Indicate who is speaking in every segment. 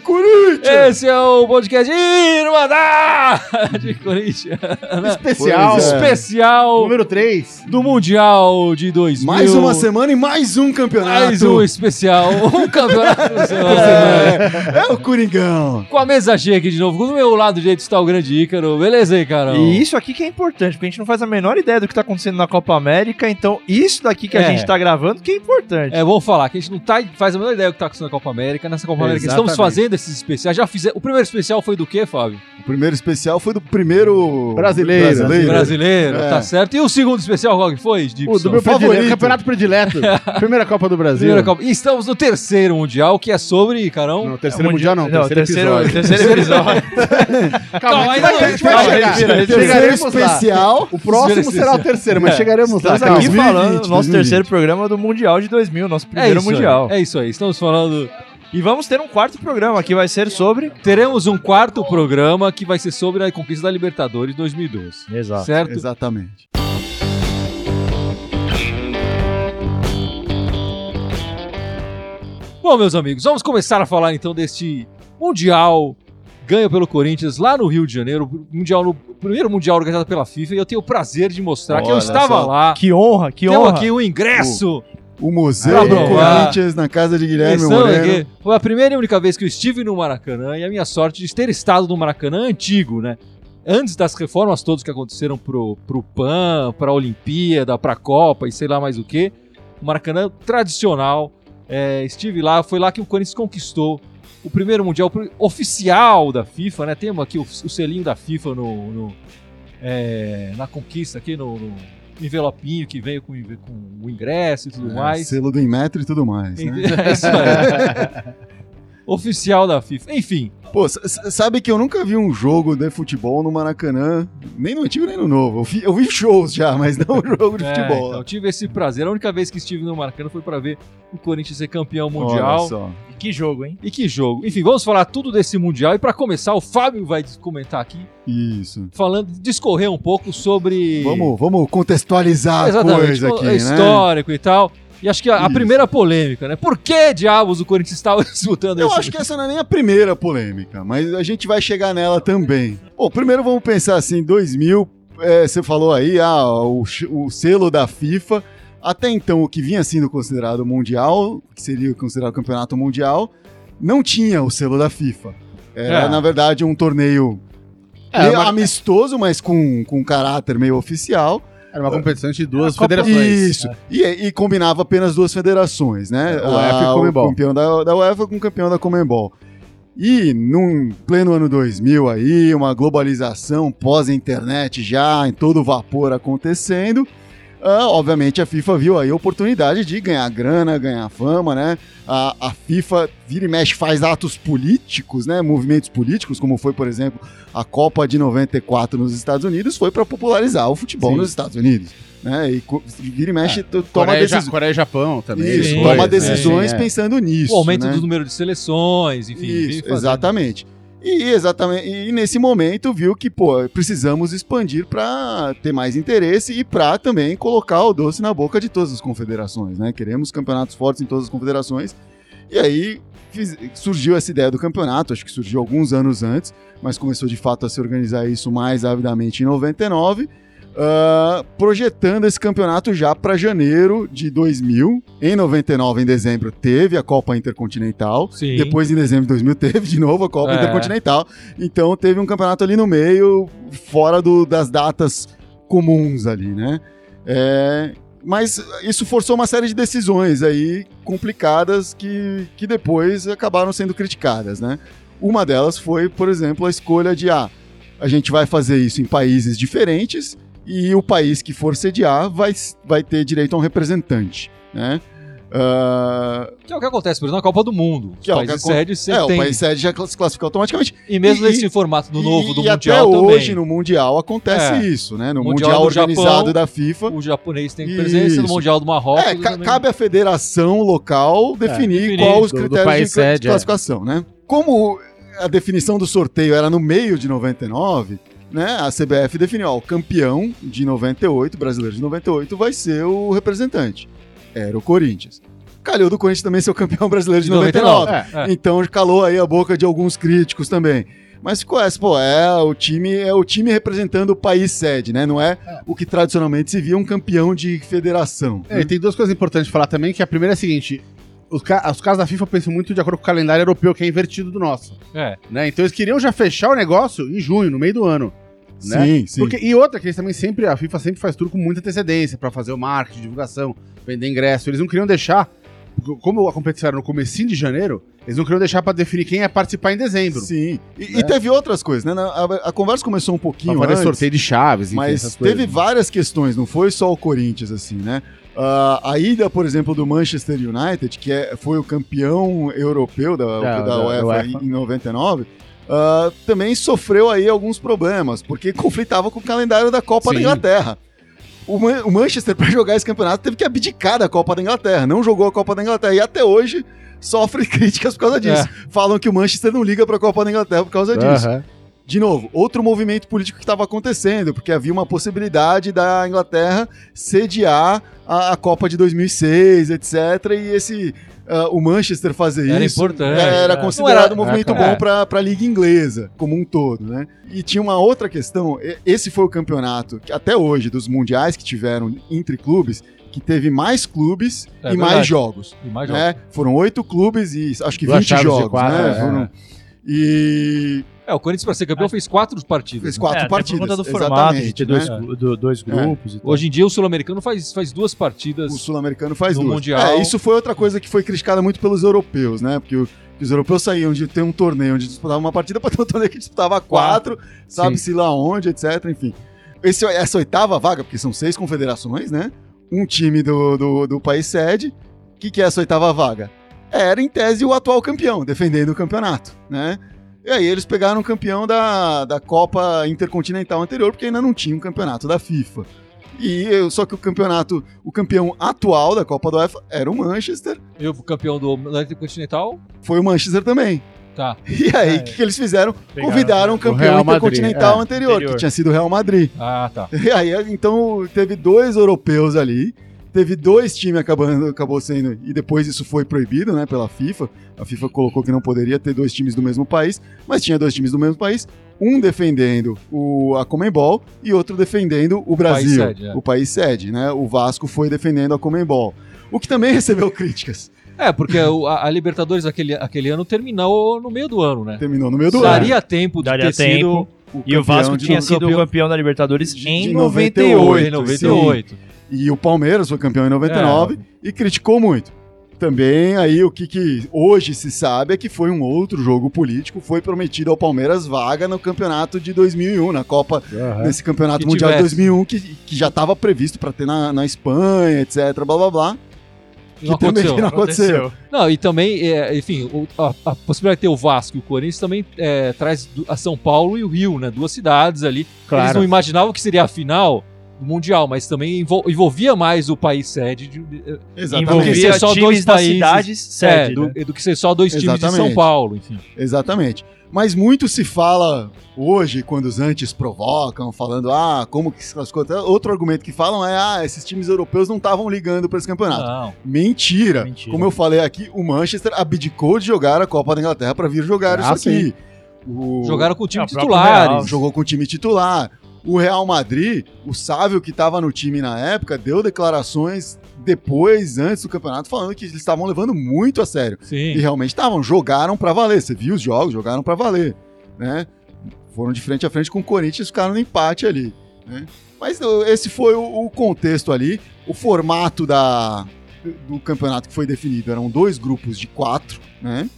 Speaker 1: Corinthians! Esse é o podcast Irmandade
Speaker 2: Hum.
Speaker 1: Corinthians.
Speaker 2: É.
Speaker 3: Especial.
Speaker 2: Pois é.
Speaker 1: Especial
Speaker 3: Número 3.
Speaker 1: do Mundial de 2000.
Speaker 2: Mais uma semana e mais um campeonato.
Speaker 1: Mais um especial. Um campeonato por semana.
Speaker 2: É, é o Coringão.
Speaker 1: Com a mesa cheia aqui de novo. Com o meu lado direito está o grande Ícaro. Beleza aí, Carol?
Speaker 4: E isso aqui que é importante, porque a gente não faz a menor ideia do que tá acontecendo na Copa América, então isso daqui que a
Speaker 1: É.
Speaker 4: gente tá gravando que é importante.
Speaker 1: É bom falar que a gente não tá, faz a menor ideia do que tá acontecendo na Copa América. Nessa Copa América estamos
Speaker 2: Exatamente.
Speaker 1: fazendo esses especiais. Já fizemos. O primeiro especial foi do quê, Fábio?
Speaker 2: O primeiro especial foi do primeiro
Speaker 3: Brasileiro.
Speaker 2: brasileiro.
Speaker 1: Brasileiro,
Speaker 2: É.
Speaker 1: tá certo. E o segundo especial, qual que foi?
Speaker 3: O
Speaker 1: Gibson?
Speaker 3: do meu
Speaker 2: favorito.
Speaker 4: é
Speaker 3: predileto, campeonato predileto. Primeira Copa do Brasil.
Speaker 1: Primeira Copa. E estamos no terceiro mundial, que é sobre, Carão.
Speaker 3: Não, terceiro mundial não,
Speaker 4: Não, terceiro
Speaker 3: terceiro, episódio.
Speaker 4: terceiro episódio.
Speaker 3: Calma, a gente vai, a gente vai
Speaker 1: Calma,
Speaker 3: chegar.
Speaker 1: respira,
Speaker 2: Terceiro
Speaker 3: Chegaremos lá.
Speaker 2: especial. É,
Speaker 3: O próximo
Speaker 1: Respira,
Speaker 3: será o terceiro, mas chegaremos lá.
Speaker 2: Tá
Speaker 4: Estamos
Speaker 3: calma.
Speaker 4: Tá aqui
Speaker 2: 2020,
Speaker 4: falando do nosso
Speaker 2: 2020.
Speaker 4: terceiro programa do Mundial de 2000, nosso
Speaker 1: É
Speaker 4: primeiro
Speaker 1: isso,
Speaker 4: Mundial.
Speaker 1: aí, é isso aí. Estamos falando.
Speaker 4: E vamos ter um quarto programa que vai ser sobre...
Speaker 1: Teremos um quarto programa que vai ser sobre a conquista da Libertadores 2012.
Speaker 4: Exato.
Speaker 1: Certo?
Speaker 2: Exatamente.
Speaker 1: Bom, meus amigos, vamos começar a falar então deste Mundial ganho pelo Corinthians lá no Rio de Janeiro. Mundial no, primeiro Mundial organizado pela FIFA. E eu tenho o prazer de mostrar que eu
Speaker 2: Olha
Speaker 1: estava
Speaker 2: só.
Speaker 1: lá.
Speaker 4: Que honra, que
Speaker 1: Tenho
Speaker 4: honra.
Speaker 1: aqui o ingresso.
Speaker 2: O Museu
Speaker 3: Tá
Speaker 1: Ah,
Speaker 2: do
Speaker 1: bom.
Speaker 2: Corinthians na casa de Guilherme
Speaker 1: Pensando
Speaker 2: Moreno.
Speaker 1: aqui, é foi a primeira e única vez que eu estive no Maracanã e a minha sorte de ter estado no Maracanã antigo, né? Antes das reformas todas que aconteceram pro, pro PAN, pra Olimpíada, pra Copa e sei lá mais o que. O Maracanã tradicional. É, estive lá, foi lá que o Corinthians conquistou o primeiro Mundial pro- oficial da FIFA, né? Temos aqui o, o selinho da FIFA no, no, é, na conquista, aqui no, no envelopinho que veio com, o enve- com o ingresso e tudo
Speaker 2: É,
Speaker 1: mais.
Speaker 2: Selo do Inmetro e tudo mais. né?
Speaker 1: Entendi. É isso aí. Oficial da FIFA. Enfim,
Speaker 2: Pô, s- s- sabe que eu nunca vi um jogo de futebol no Maracanã, nem no antigo nem no novo. Eu vi, eu vi shows já, mas não um jogo de
Speaker 1: é,
Speaker 2: futebol.
Speaker 1: então, eu tive esse prazer. A única vez que estive no Maracanã foi para ver o Corinthians ser campeão
Speaker 2: Olha
Speaker 1: mundial.
Speaker 2: só.
Speaker 4: E que jogo, hein?
Speaker 1: E que jogo. Enfim, vamos falar tudo desse mundial. E para começar, o Fábio vai comentar aqui,
Speaker 2: Isso.
Speaker 1: falando, discorrer um pouco sobre
Speaker 2: Vamos, vamos contextualizar a
Speaker 1: exatamente
Speaker 2: coisa
Speaker 1: o
Speaker 2: aqui, né?
Speaker 1: histórico e tal. E acho que a, a
Speaker 2: Isso.
Speaker 1: primeira polêmica, né? Por que diabos o Corinthians estava disputando
Speaker 2: Eu
Speaker 1: esse-
Speaker 2: acho que essa não é nem a primeira polêmica, mas a gente vai chegar nela também. Bom, primeiro vamos pensar assim, 2000, é, você falou aí, ah, o, ch- o selo da FIFA, até então o que vinha sendo considerado mundial, que seria considerado campeonato mundial, não tinha o selo da FIFA. Era,
Speaker 1: É.
Speaker 2: na verdade, um torneio
Speaker 3: É,
Speaker 2: meio
Speaker 3: uma-
Speaker 2: amistoso, mas com, com caráter meio oficial.
Speaker 3: Era uma competição entre duas
Speaker 4: Copa-
Speaker 3: federações.
Speaker 2: Isso. E, e combinava apenas duas federações, né?
Speaker 3: É, UEFA e
Speaker 2: A-
Speaker 3: Conmebol.
Speaker 2: O campeão da, da UEFA com o campeão da Comembol. E num pleno ano 2000 aí, uma globalização pós-internet já em todo vapor acontecendo, ah, obviamente a FIFA viu aí a oportunidade de ganhar grana, ganhar fama, né? A, a FIFA vira e mexe faz atos políticos, né? Movimentos políticos, como foi, por exemplo, a Copa de 94 nos Estados Unidos, foi para popularizar o futebol
Speaker 3: Sim. É.
Speaker 2: nos Estados Unidos, né? E co- vira e mexe, to- toma
Speaker 3: Coreia,
Speaker 2: decisões.
Speaker 3: Ja- Coreia e Japão também.
Speaker 2: Isso,
Speaker 1: Sim,
Speaker 3: depois,
Speaker 2: toma
Speaker 3: né?
Speaker 2: decisões
Speaker 3: Sim, é.
Speaker 2: pensando nisso.
Speaker 1: o aumento
Speaker 2: né?
Speaker 1: do número de seleções, enfim.
Speaker 2: Isso,
Speaker 1: vem fazendo-
Speaker 2: exatamente. E, exatamente. e nesse momento viu que, pô, precisamos expandir para ter mais interesse e para também colocar o doce na boca de todas as confederações, né? Queremos campeonatos fortes em todas as confederações. E aí fiz- surgiu essa ideia do campeonato, acho que surgiu alguns anos antes, mas começou de fato a se organizar isso mais avidamente em 99. ah, projetando esse campeonato já para janeiro de 2000. Em 99, em dezembro, teve a Copa Intercontinental.
Speaker 1: Sim.
Speaker 2: Depois, em dezembro de 2000, teve de novo a Copa
Speaker 1: É.
Speaker 2: Intercontinental. Então, teve um campeonato ali no meio, fora do- das datas comuns ali, né? É, mas isso forçou uma série de decisões aí complicadas que, que depois acabaram sendo criticadas, né? Uma delas foi, por exemplo, a escolha de ah, a gente vai fazer isso em países diferentes e o país que for sediar vai, vai ter direito a um representante, né? Ah,
Speaker 1: Que é o que acontece, por exemplo, na Copa do Mundo. Os
Speaker 2: Que é o que
Speaker 1: países
Speaker 2: acon-
Speaker 1: sedes
Speaker 2: é,
Speaker 1: sempre
Speaker 2: o
Speaker 1: tem
Speaker 2: país sede já se classifica automaticamente.
Speaker 1: E mesmo
Speaker 2: E-
Speaker 1: nesse formato do novo
Speaker 2: e,
Speaker 1: do
Speaker 2: e
Speaker 1: Mundial
Speaker 2: até
Speaker 1: também.
Speaker 2: hoje no Mundial acontece
Speaker 1: É.
Speaker 2: isso, né? No
Speaker 1: Mundial
Speaker 2: Mundial,
Speaker 1: do
Speaker 2: organizado
Speaker 1: Japão,
Speaker 2: da FIFA.
Speaker 1: O japonês tem presença no
Speaker 2: Isso.
Speaker 1: Mundial do É. Marrocos.
Speaker 2: É, ca-
Speaker 1: também.
Speaker 2: cabe à federação local definir,
Speaker 1: definir
Speaker 2: qual os
Speaker 3: do- do
Speaker 2: critérios
Speaker 3: país
Speaker 2: de, cla- de
Speaker 3: sede, é.
Speaker 2: classificação, né? Como a definição do sorteio era no meio de 99, né? A CBF definiu, ó, o campeão de 98, brasileiro de 98, vai ser o representante. Era o Corinthians. calhou do Corinthians também ser o campeão brasileiro de
Speaker 1: De
Speaker 2: 99.
Speaker 3: É.
Speaker 1: É.
Speaker 2: Então calou aí a boca de alguns críticos também. Mas ficou essa, pô, é o time, é o time representando o país sede, né? Não é o que tradicionalmente se via um campeão de federação.
Speaker 3: É, e tem duas coisas importantes de falar também, que a primeira é a seguinte. Os, ca- os caras da FIFA pensam muito de acordo com o calendário europeu, que é invertido do nosso.
Speaker 1: É.
Speaker 3: Né? Então eles queriam já fechar o negócio em junho, no meio do ano. né?
Speaker 2: Sim, sim.
Speaker 3: Porque, e outra, que eles também sempre, a FIFA sempre faz tudo com muita antecedência pra fazer o marketing, divulgação, vender ingresso. Eles não queriam deixar, como a competição era no comecinho de janeiro, eles não queriam deixar pra definir quem ia participar em dezembro.
Speaker 2: Sim. E,
Speaker 3: Né?
Speaker 2: e teve outras coisas, né? Na- A, a conversa começou um
Speaker 3: Pra
Speaker 2: pouquinho
Speaker 3: fazer
Speaker 2: antes,
Speaker 3: sorteio de chaves, enfim,
Speaker 2: mas
Speaker 3: essas coisas. né?
Speaker 2: teve várias questões, não foi só o Corinthians, assim, né? Ah, a ida, por exemplo, do Manchester United, que é, foi o campeão europeu da,
Speaker 3: Da-
Speaker 2: da
Speaker 3: da-
Speaker 2: UEFA,
Speaker 3: UEFA.
Speaker 2: em 99, ah, também sofreu aí alguns problemas, porque conflitava com o calendário da Copa da
Speaker 3: Sim.
Speaker 2: Inglaterra. O, Man- o Manchester, para jogar esse campeonato, teve que abdicar da Copa da Inglaterra, não jogou a Copa da Inglaterra, e até hoje sofre críticas por causa disso. Falam que o Manchester não liga para a Copa da Inglaterra por causa disso.
Speaker 3: É. Aham.
Speaker 2: De novo, outro movimento político que estava acontecendo, porque havia uma possibilidade da Inglaterra sediar a, a Copa de 2006, etc. E esse ah, o Manchester fazer
Speaker 1: Era
Speaker 2: isso
Speaker 1: importante.
Speaker 2: era
Speaker 1: é.
Speaker 2: considerado um
Speaker 1: Não era-
Speaker 2: movimento
Speaker 1: é,
Speaker 2: bom
Speaker 1: cara.
Speaker 2: para a liga inglesa como um todo, né? E tinha uma outra questão. e- Esse foi o campeonato que até hoje dos mundiais que tiveram entre clubes que teve mais clubes
Speaker 1: É
Speaker 2: e mais
Speaker 1: verdade.
Speaker 2: jogos.
Speaker 1: E mais
Speaker 2: né? Foram oito clubes e acho que
Speaker 3: Duas
Speaker 2: 20
Speaker 3: chaves de
Speaker 2: jogos,
Speaker 3: quatro,
Speaker 2: né?
Speaker 3: é.
Speaker 2: Foram- E
Speaker 1: É, o Corinthians, pra ser campeão, fez quatro partidas.
Speaker 2: Fez
Speaker 1: né?
Speaker 2: quatro
Speaker 4: até
Speaker 2: partidas.
Speaker 4: É, Por conta do formato,
Speaker 2: exatamente,
Speaker 4: de ter
Speaker 2: né?
Speaker 4: dois, gru- do- dois grupos
Speaker 2: é.
Speaker 4: e tal.
Speaker 1: Hoje em dia, o Sul-Americano faz, faz duas partidas.
Speaker 2: O sul-americano faz
Speaker 1: No
Speaker 2: duas.
Speaker 1: Mundial.
Speaker 2: É, isso foi outra coisa que foi criticada muito pelos europeus, né? Porque o- que os europeus saíam de ter um torneio onde disputavam uma partida para ter um torneio que disputava quatro, sabe-se lá onde, etc. Enfim. Esse- essa oitava vaga, porque são seis confederações, né? Um time do, do, do país sede. O que, que é essa oitava vaga? Era, em tese, o atual campeão, defendendo o campeonato, né? E aí eles pegaram o campeão da, da Copa Intercontinental anterior, porque ainda não tinha um campeonato da FIFA. E eu- só que o campeonato, o campeão atual da Copa da UEFA era o Manchester,
Speaker 1: E o campeão do Atlético Continental.
Speaker 2: foi o Manchester também.
Speaker 1: Tá.
Speaker 2: E aí,
Speaker 4: Ah,
Speaker 3: É.
Speaker 2: o que, que eles fizeram?
Speaker 4: Pegaram
Speaker 2: Convidaram o campeão
Speaker 3: né? Real Madrid,
Speaker 2: intercontinental
Speaker 3: é,
Speaker 2: anterior,
Speaker 4: anterior.
Speaker 2: que tinha sido o Real Madrid.
Speaker 1: Ah, tá.
Speaker 2: E aí, então, teve dois europeus ali, teve dois times acabando, acabou sendo, e depois isso foi proibido, né, pela FIFA. A FIFA colocou que não poderia ter dois times do mesmo país, mas tinha dois times do mesmo país, um defendendo o, a Comembol e outro defendendo o Brasil,
Speaker 1: sede, é.
Speaker 2: o país sede, né? O Vasco foi defendendo a Comembol, o que também recebeu críticas.
Speaker 1: É, porque o- a, a Libertadores aquele, aquele ano terminou no meio do ano, né?
Speaker 2: Terminou no meio do ano.
Speaker 1: Daria tempo de
Speaker 4: Daria
Speaker 1: ter
Speaker 4: tempo.
Speaker 1: sido
Speaker 4: E o
Speaker 2: campeão
Speaker 4: Vasco
Speaker 2: de
Speaker 4: tinha
Speaker 2: novo.
Speaker 4: sido
Speaker 1: campeão-
Speaker 4: campeão da Libertadores
Speaker 2: de-
Speaker 4: em
Speaker 2: de
Speaker 4: 98.
Speaker 1: em
Speaker 2: 98,
Speaker 1: 98.
Speaker 2: E o Palmeiras foi campeão em
Speaker 1: É,
Speaker 2: 99 e criticou muito. Também aí o que, que hoje se sabe é que foi um outro jogo político, foi prometido ao Palmeiras vaga no campeonato de 2001, na Copa, nesse
Speaker 1: É.
Speaker 2: campeonato
Speaker 1: Que
Speaker 2: mundial
Speaker 1: tivesse.
Speaker 2: de 2001, que, que já estava previsto para ter na, na Espanha, etc, blá blá blá.
Speaker 1: E Não
Speaker 2: que também
Speaker 1: aconteceu.
Speaker 2: não aconteceu.
Speaker 1: Não, e também, é, enfim, o- a, a possibilidade de ter o Vasco e o Corinthians também é, traz do- a São Paulo e o Rio, né? Duas cidades ali. Eles não imaginavam que seria a final do Mundial, mas também envol- envolvia mais o país sede de- de-
Speaker 2: Exatamente.
Speaker 1: Envolvia
Speaker 4: Envolvia
Speaker 1: só
Speaker 4: times
Speaker 1: dois
Speaker 4: das
Speaker 1: países.
Speaker 4: cidades sede.
Speaker 1: é, do,
Speaker 4: né?
Speaker 1: do que ser só dois times de
Speaker 2: Exatamente.
Speaker 1: São Paulo, enfim.
Speaker 2: Exatamente. Mas muito se fala hoje, quando os antes provocam, falando, ah, como que se classificou? Outro argumento que falam é, ah, esses times europeus não estavam ligando para esse campeonato.
Speaker 4: Ah,
Speaker 1: Não.
Speaker 2: Mentira.
Speaker 4: Mentira.
Speaker 2: Como eu falei aqui, o Manchester abdicou de jogar a Copa da Inglaterra para vir jogar
Speaker 3: Ah,
Speaker 2: isso aqui. O...
Speaker 1: Jogaram com o time
Speaker 4: É, o próprio
Speaker 1: titular.
Speaker 4: Real.
Speaker 2: jogou com o time titular. O Real Madrid, o Sávio que estava no time na época, deu declarações depois, antes do campeonato, falando que eles estavam levando muito a sério. E
Speaker 1: Sim.
Speaker 2: realmente estavam, jogaram para valer. Você viu os jogos, jogaram para valer, né? Foram de frente a frente com o Corinthians, ficaram no empate ali, né? Mas ô, esse foi o, o contexto ali, o formato da, do campeonato que foi definido eram dois grupos de quatro, né?